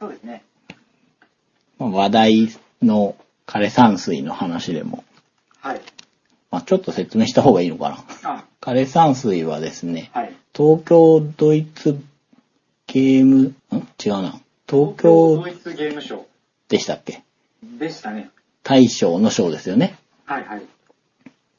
[SPEAKER 2] そうですね。
[SPEAKER 1] まあ話題の枯山水の話でも、
[SPEAKER 2] はい。
[SPEAKER 1] まあ、ちょっと説明した方がいいのかな。
[SPEAKER 2] あ、
[SPEAKER 1] 枯山水はですね、
[SPEAKER 2] はい。
[SPEAKER 1] 東京ドイツゲーム、ん違うな。東
[SPEAKER 2] ド
[SPEAKER 1] 京
[SPEAKER 2] イツゲームショ
[SPEAKER 1] でしたっけ
[SPEAKER 2] ーでしたね。
[SPEAKER 1] 大賞の賞ですよね。
[SPEAKER 2] はいはい。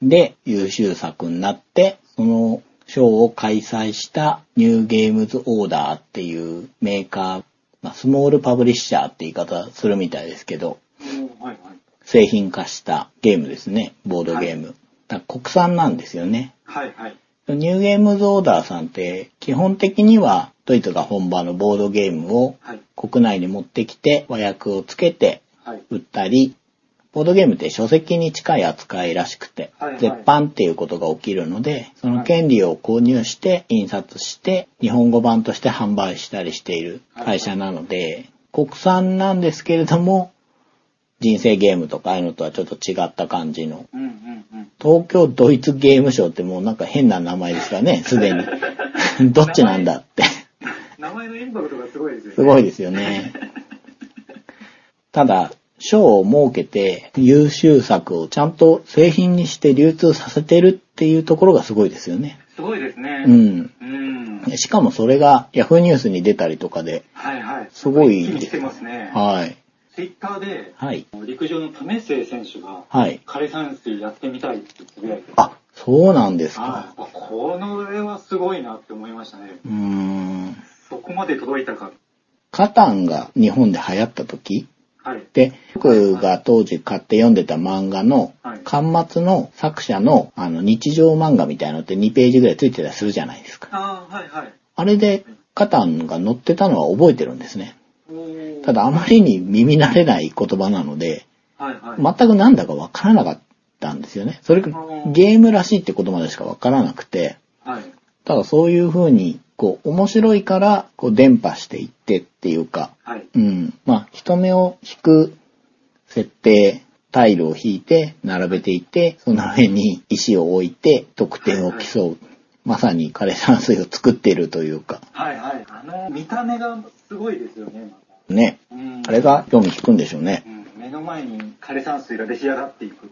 [SPEAKER 1] で、優秀作になって、その賞を開催したニューゲームズオーダーっていうメーカー、まあ、スモールパブリッシャーって言い方するみたいですけど、
[SPEAKER 2] うんはいはい。
[SPEAKER 1] 製品化したゲームですね。ボードゲーム。だから国産なんですよね。
[SPEAKER 2] はいはい。
[SPEAKER 1] ニューゲームズオーダーさんって基本的にはドイツが本場のボードゲームを
[SPEAKER 2] はい。
[SPEAKER 1] 国内に持ってきて和訳をつけて
[SPEAKER 2] はい。
[SPEAKER 1] 売ったり、ボードゲームって書籍に近い扱いらしくて、
[SPEAKER 2] はいはい
[SPEAKER 1] 絶版っていうことが起きるので、その権利を購入して、印刷して、日本語版として販売したりしている会社なので、国産なんですけれども、人生ゲームとかああいうのとはちょっと違った感じの。
[SPEAKER 2] うんうんうん。
[SPEAKER 1] 東京ドイツゲームショーってもうなんか変な名前ですからね、すで に。どっちなんだって。
[SPEAKER 2] 名前のインパクトがすごいですよね。
[SPEAKER 1] すごいですよ ね。ただ、賞を設けて優秀作をちゃんと製品にして流通させてるっていうところがすごいですよね。
[SPEAKER 2] すごいですね。
[SPEAKER 1] うん。
[SPEAKER 2] うん。
[SPEAKER 1] しかもそれが Yahoo ニュースに出たりとかで、
[SPEAKER 2] はいはい。
[SPEAKER 1] すごい
[SPEAKER 2] 一気に来てますね。
[SPEAKER 1] はい。
[SPEAKER 2] ツイッターで、
[SPEAKER 1] はい。
[SPEAKER 3] 陸上の為末選手が、
[SPEAKER 1] はい。
[SPEAKER 3] 枯山水やってみたいってつぶやいて、
[SPEAKER 1] あ、そうなんです
[SPEAKER 3] あ
[SPEAKER 1] か。
[SPEAKER 3] あこの上はすごいなって思いましたね。
[SPEAKER 1] うーん。
[SPEAKER 2] そこまで届いたか。
[SPEAKER 1] カタンが日本で流行った時
[SPEAKER 2] はい。
[SPEAKER 1] で、僕が当時買って読んでた漫画の
[SPEAKER 2] はい、
[SPEAKER 1] 巻末の作者のあの日常漫画みたいなのって2ページぐらいついてたりするじゃないですか。
[SPEAKER 2] ああ、はいはい。
[SPEAKER 1] あれで、カタンが載ってたのは覚えてるんですね。
[SPEAKER 2] おー
[SPEAKER 1] ただ、あまりに耳慣れない言葉なので、
[SPEAKER 2] はいはい。
[SPEAKER 1] 全くなんだかわからなかったんですよね。それがゲームらしいって言葉でしかわからなくて、
[SPEAKER 2] はい。
[SPEAKER 1] ただそういう風に、こう、面白いから、こう、伝播していってっていうか、
[SPEAKER 2] はい。
[SPEAKER 1] うん。まあ、人目を引く設定、タイルを引いて、並べていって、その上に石を置いて、得点を競う。まさに枯山水を作っているというか、
[SPEAKER 2] はいはい。あの、見た目がすごいですよね。
[SPEAKER 1] ね。
[SPEAKER 2] うん
[SPEAKER 1] あれが興味引くんでしょうね
[SPEAKER 2] う。ん目の前に枯山水が出来上がっていく。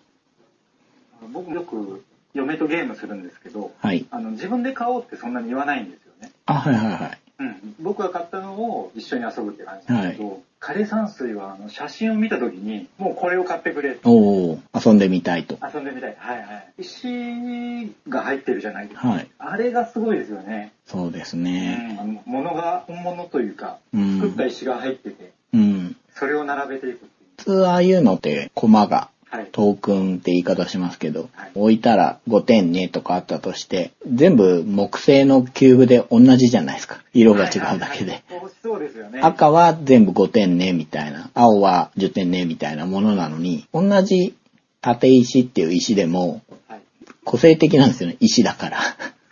[SPEAKER 2] 僕よく嫁とゲームするんですけど、
[SPEAKER 1] はい。
[SPEAKER 2] あの自分で買おうってそんなに言わないんですよね。
[SPEAKER 1] あ、はいはいはい。
[SPEAKER 2] うん、僕が買ったのを一緒に遊ぶって感じなんですけど、枯山水はあの写真を見た時に、もうこれを買ってくれって
[SPEAKER 1] おお、遊んでみたいと。
[SPEAKER 2] 遊んでみたい。はいはい。石が入ってるじゃないですか。
[SPEAKER 1] はい。
[SPEAKER 2] あれがすごいですよね。
[SPEAKER 1] そうです
[SPEAKER 2] う
[SPEAKER 1] ね。
[SPEAKER 2] ん、あの物が本物というか、
[SPEAKER 1] う
[SPEAKER 2] 作っ
[SPEAKER 1] ん
[SPEAKER 2] た。石が入ってて、
[SPEAKER 1] うん。
[SPEAKER 2] それを並べていくっていう。
[SPEAKER 1] 普通ああいうのって、コマが、
[SPEAKER 2] はい。
[SPEAKER 1] トークンって言い方しますけど
[SPEAKER 2] はい、
[SPEAKER 1] 置いたら5点ねとかあったとして、全部木製のキューブで同じじゃないですか。色が違うだけ
[SPEAKER 2] はい
[SPEAKER 1] で。
[SPEAKER 2] はいはい。そうですよね。
[SPEAKER 1] 赤は全部5点ねみたいな、青は10点ねみたいなものなのに、同じ縦石っていう石でも、
[SPEAKER 2] はい。
[SPEAKER 1] 個性的なんですよね。石だから。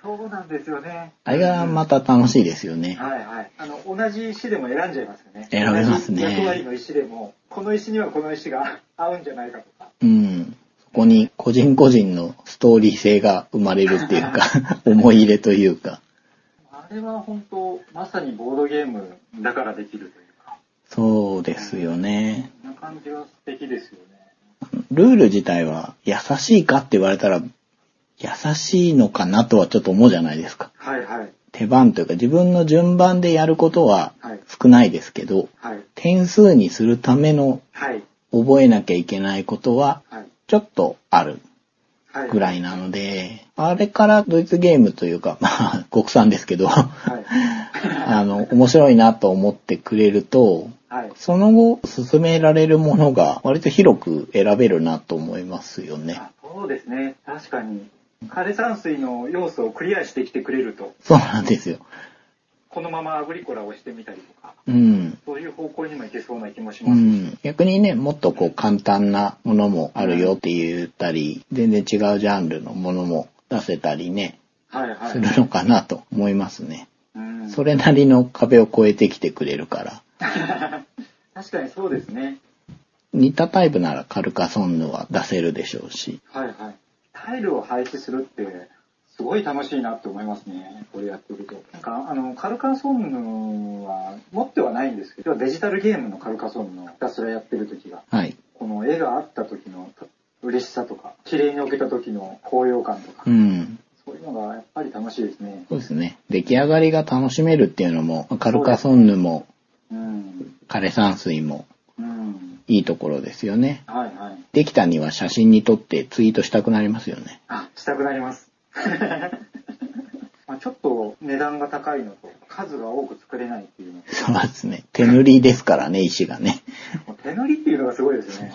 [SPEAKER 2] そうなんですよね。
[SPEAKER 1] あれがまた楽しいですよね。
[SPEAKER 2] はいはい。あの、同じ石でも選んじゃいますよね。
[SPEAKER 1] 選べますね
[SPEAKER 2] 同じ役割の石でも、この石にはこの石が 合うんじゃないかとか。
[SPEAKER 1] うん。そこに個人個人のストーリー性が生まれるっていう か、思い入れというか、
[SPEAKER 2] あれは本当、まさにボードゲームだからできるというか、
[SPEAKER 1] そうですよね。
[SPEAKER 2] そんな感じは素敵ですよね。
[SPEAKER 1] ルール自体は優しいかって言われたら、優しいのかなとはちょっと思うじゃないですか。
[SPEAKER 2] はいはい。
[SPEAKER 1] 手番というか自分の順番でやることは
[SPEAKER 2] はい。
[SPEAKER 1] 少ないですけど、
[SPEAKER 2] はい。
[SPEAKER 1] 点数にするための
[SPEAKER 2] はい。
[SPEAKER 1] 覚えなきゃいけないことは
[SPEAKER 2] はい。
[SPEAKER 1] ちょっとある
[SPEAKER 2] はい。
[SPEAKER 1] ぐらいなので、あれからドイツゲームというか、 まあ、国産ですけど、
[SPEAKER 2] はい。
[SPEAKER 1] あの、面白いなと思ってくれると、
[SPEAKER 2] はい。
[SPEAKER 1] その後進められるものが割と広く選べるなと思いますよね。
[SPEAKER 2] あそうですね。確かに。枯山水の要素をクリアしてきてくれると、
[SPEAKER 1] そうなんですよ。
[SPEAKER 2] このままアグリコラをしてみたりとか、
[SPEAKER 1] うん。
[SPEAKER 2] そういう方向にもいけそうな気もし
[SPEAKER 1] う
[SPEAKER 2] ます。
[SPEAKER 1] ん、逆にね、もっとこう簡単なものもあるよって言ったり、全然違うジャンルのものも出せたりね、
[SPEAKER 2] はいは
[SPEAKER 1] するのかなと思いますね。
[SPEAKER 2] うん
[SPEAKER 1] それなりの壁を越えてきてくれるから。
[SPEAKER 2] 確かにそうですね。
[SPEAKER 1] 似たタイプならカルカソンヌは出せるでしょうし。
[SPEAKER 2] はいはい。タイルを配置するって、すごい楽しいなって思いますね。これやってると。なんか、あの、カルカソンヌは持ってはないんですけど、デジタルゲームのカルカソンヌをひたすらやってる時が、
[SPEAKER 1] はい。
[SPEAKER 2] この絵があった時の嬉しさとか、綺麗に置けた時の高揚感とか
[SPEAKER 1] う、ん。
[SPEAKER 2] そういうのがやっぱり楽しいですね。
[SPEAKER 1] そうですね。出来上がりが楽しめるっていうのも、カルカソンヌも
[SPEAKER 2] うん。
[SPEAKER 1] 枯山水も
[SPEAKER 2] うん。
[SPEAKER 1] いいところですよね。
[SPEAKER 2] はいはい。
[SPEAKER 1] できたには写真に撮ってツイートしたくなりますよね。
[SPEAKER 2] あ、したくなります。 まあちょっと値段が高いのと、数が多く作れないっていうの
[SPEAKER 1] そうですね。手塗りですからね、石がね。
[SPEAKER 2] もう手塗りっていうのがすごいですね。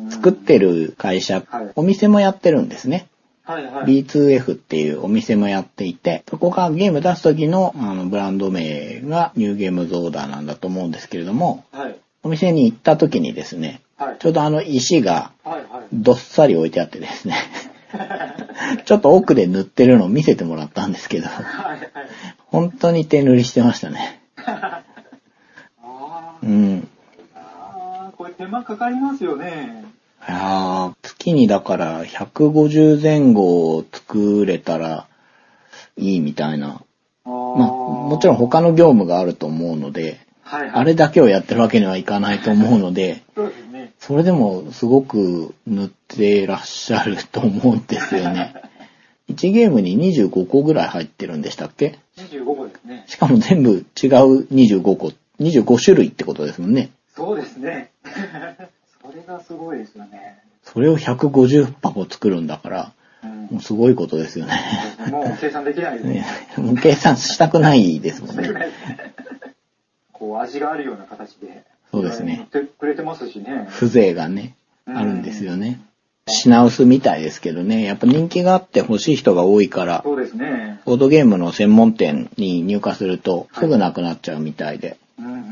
[SPEAKER 2] うん
[SPEAKER 1] 作ってる会社
[SPEAKER 2] はい、
[SPEAKER 1] お店もやってるんですね。
[SPEAKER 2] はいはい。
[SPEAKER 1] B2F っていうお店もやっていて、そこがゲーム出す時のあのブランド名がニューゲームズオーダーなんだと思うんですけれども、
[SPEAKER 2] はい。
[SPEAKER 1] お店に行った時にですね、
[SPEAKER 2] はい。
[SPEAKER 1] ちょうどあの石が
[SPEAKER 2] はいはい。
[SPEAKER 1] どっさり置いてあってですね、 ちょっと奥で塗ってるのを見せてもらったんですけど、
[SPEAKER 2] はいはい。
[SPEAKER 1] 本当に手塗りしてましたね。
[SPEAKER 2] あー
[SPEAKER 1] うん。
[SPEAKER 2] あー、これ手間かかりますよね。
[SPEAKER 1] いやー月にだから150前後を作れたらいいみたいな。
[SPEAKER 2] あ
[SPEAKER 1] まあ、もちろん他の業務があると思うので、
[SPEAKER 2] はいはい。
[SPEAKER 1] あれだけをやってるわけにはいかないと思うので、
[SPEAKER 2] そうですね。
[SPEAKER 1] それでもすごく塗ってらっしゃると思うんですよね。1ゲームに25個ぐらい入ってるんでしたっけ
[SPEAKER 2] 25個ですね。
[SPEAKER 1] しかも全部違う25個、25種類ってことですもんね。
[SPEAKER 2] そうですね。 それがすごいですよね。
[SPEAKER 1] それを150箱作るんだから、
[SPEAKER 2] うん
[SPEAKER 1] もうすごいことですよね。
[SPEAKER 2] もう計算できないです
[SPEAKER 1] ね
[SPEAKER 2] ね。
[SPEAKER 1] もう計算したくないですもんね。
[SPEAKER 2] こう味があるような形で。
[SPEAKER 1] そうですね。
[SPEAKER 2] てくれてますしね。
[SPEAKER 1] 風情がね、
[SPEAKER 2] うん
[SPEAKER 1] あるんですよね。品薄みたいですけどね、やっぱ人気があって欲しい人が多いから、
[SPEAKER 2] そうですね。
[SPEAKER 1] ボードゲームの専門店に入荷するとすぐなくなっちゃうみたいで。
[SPEAKER 2] うんうんうんう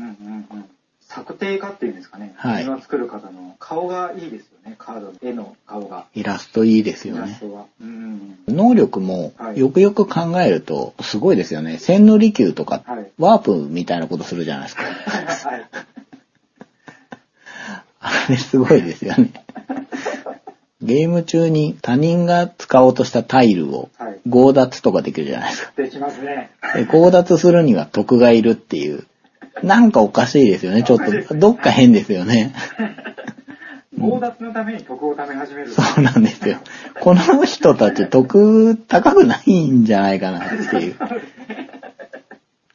[SPEAKER 2] ん。策定家っていうんですかね。
[SPEAKER 1] はい
[SPEAKER 2] 今作る方の顔がいいですよね。カードの絵の顔が。
[SPEAKER 1] イラストいいです
[SPEAKER 2] イ
[SPEAKER 1] よ
[SPEAKER 2] ラ
[SPEAKER 1] ね
[SPEAKER 2] ス。トが。うんうん
[SPEAKER 1] 能力も
[SPEAKER 2] はい
[SPEAKER 1] よくよく考えるとすごいですよね。千利休とか
[SPEAKER 2] はい
[SPEAKER 1] ワープみたいなことするじゃないですか。
[SPEAKER 2] うん。はい。
[SPEAKER 1] あれすごいです よね。ゲーム中に他人が使おうとしたタイルを
[SPEAKER 2] はい
[SPEAKER 1] 強奪とかできるじゃないですか。
[SPEAKER 2] できま すね。
[SPEAKER 1] で強奪するには得がいるっていう。なんかおかしいですよね。ちょ
[SPEAKER 2] おかしいで
[SPEAKER 1] っ
[SPEAKER 2] す
[SPEAKER 1] と、
[SPEAKER 2] ね
[SPEAKER 1] どっか変ですよね。
[SPEAKER 2] 強奪のために徳を貯め始める。
[SPEAKER 1] そうなんですよ。この人たち得高くないんじゃないかなっていう。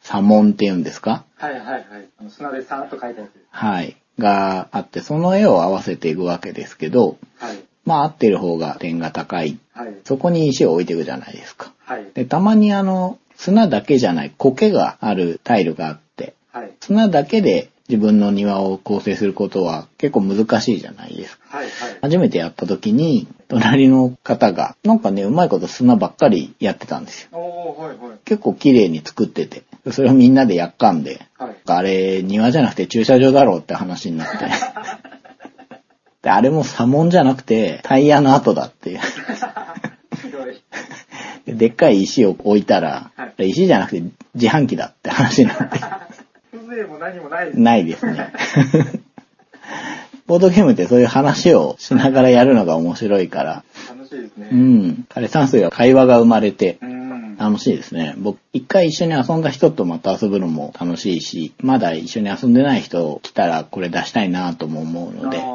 [SPEAKER 1] 左門っていうんですか
[SPEAKER 2] はいはいはい。あの砂でさーっと描いたやつです。
[SPEAKER 1] はい。があって、その絵を合わせていくわけですけど、
[SPEAKER 2] はい。
[SPEAKER 1] まあ合ってる方が点が高い。
[SPEAKER 2] はい。
[SPEAKER 1] そこに石を置いていくじゃないですか。
[SPEAKER 2] はい。
[SPEAKER 1] で、たまにあの、砂だけじゃない苔があるタイルがあって、
[SPEAKER 2] はい。
[SPEAKER 1] 砂だけで自分の庭を構成することは結構難しいじゃないですか。
[SPEAKER 2] はいはい。
[SPEAKER 1] 初めてやった時に、隣の方が、なんかね、うまいこと砂ばっかりやってたんですよ。
[SPEAKER 2] おー、はいはい。
[SPEAKER 1] 結構綺麗に作ってて、それをみんなでやっかんで、
[SPEAKER 2] はい。
[SPEAKER 1] あれ、庭じゃなくて駐車場だろうって話になって。で、あれも砂紋じゃなくて、タイヤの跡だっていう。
[SPEAKER 2] ひどい。
[SPEAKER 1] ででっかい石を置いたら、
[SPEAKER 2] は
[SPEAKER 1] 石じゃなくて自販機だって話になって。
[SPEAKER 2] 風情も何もないです。
[SPEAKER 1] ないですね。ボードゲームってそういう話をしながらやるのが面白いから、
[SPEAKER 2] 楽しいです
[SPEAKER 1] う
[SPEAKER 2] ね。
[SPEAKER 1] ん。枯山水は会話が生まれて
[SPEAKER 2] うん。
[SPEAKER 1] 楽しいですね。僕、一回一緒に遊んだ人とまた遊ぶのも楽しいし、まだ一緒に遊んでない人来たらこれ出したいなとも思うので、
[SPEAKER 2] あー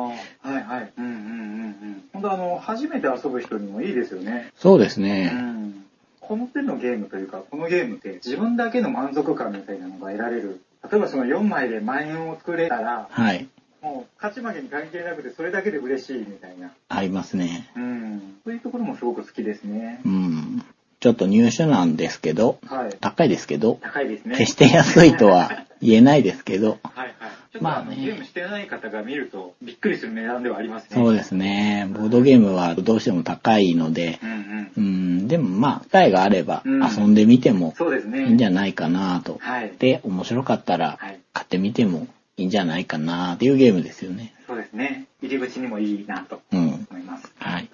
[SPEAKER 2] はいはい。うんうんうんうん。本当あの、初めて遊ぶ人にもいいですよね。
[SPEAKER 1] そうです
[SPEAKER 2] う
[SPEAKER 1] ね。
[SPEAKER 2] ん。この手のゲームというか、このゲームって自分だけの満足感みたいなのが得られる。例えばその4枚で万円を作れたら、
[SPEAKER 1] はい。
[SPEAKER 2] もう勝ち負けに関係なくてそれだけで嬉しいみたいな。
[SPEAKER 1] ありますね。
[SPEAKER 2] うん。そういうところもすごく好きですね
[SPEAKER 1] う。ん。ちょっと入手なんですけど、
[SPEAKER 2] はい。
[SPEAKER 1] 高いですけど、
[SPEAKER 2] 高いですね。
[SPEAKER 1] 決して安いと は言えないですけど、
[SPEAKER 2] はいはい。ちょっと
[SPEAKER 1] ま
[SPEAKER 2] あ
[SPEAKER 1] あ
[SPEAKER 2] の、
[SPEAKER 1] ね
[SPEAKER 2] ゲームしてない方が見るとびっくりする値段ではありますね。
[SPEAKER 1] そうですね。ボードゲームはどうしても高いので、
[SPEAKER 2] うんうん。
[SPEAKER 1] うん、でもまあ、機会があれば
[SPEAKER 2] うん
[SPEAKER 1] 遊んでみても
[SPEAKER 2] そうですね。
[SPEAKER 1] いいんじゃないかなと。
[SPEAKER 2] はい。
[SPEAKER 1] で、面白かったら
[SPEAKER 2] はい
[SPEAKER 1] 買ってみてもいいんじゃないかなっていうゲームですよね。
[SPEAKER 2] そうですね。入り口にもいいなと
[SPEAKER 1] うん。
[SPEAKER 2] 思います。
[SPEAKER 1] はい。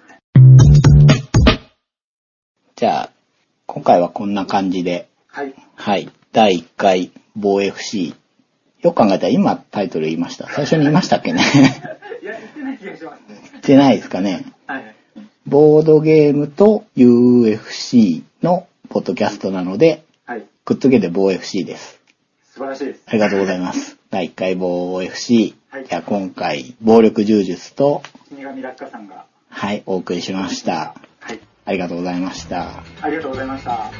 [SPEAKER 1] じゃあ、今回はこんな感じで、
[SPEAKER 2] はい。
[SPEAKER 1] はい。第1回、防 FC。よく考えたら今タイトル言いました。最初に言いましたっけね。
[SPEAKER 2] いや、言ってない気がしますね。
[SPEAKER 1] 言ってないですかね。
[SPEAKER 2] はい。
[SPEAKER 1] ボードゲームと UFC のポッドキャストなので、
[SPEAKER 2] はい。
[SPEAKER 1] くっつけて防 FC です。
[SPEAKER 2] 素晴らしいです。
[SPEAKER 1] ありがとうございます。第1回防 FC。
[SPEAKER 2] はい
[SPEAKER 1] じゃあ今回、暴力柔術と、
[SPEAKER 2] 死神落下さんが。
[SPEAKER 1] はい、お送りしました。
[SPEAKER 2] はい。
[SPEAKER 1] ありがとうございました。
[SPEAKER 2] ありがとうございました。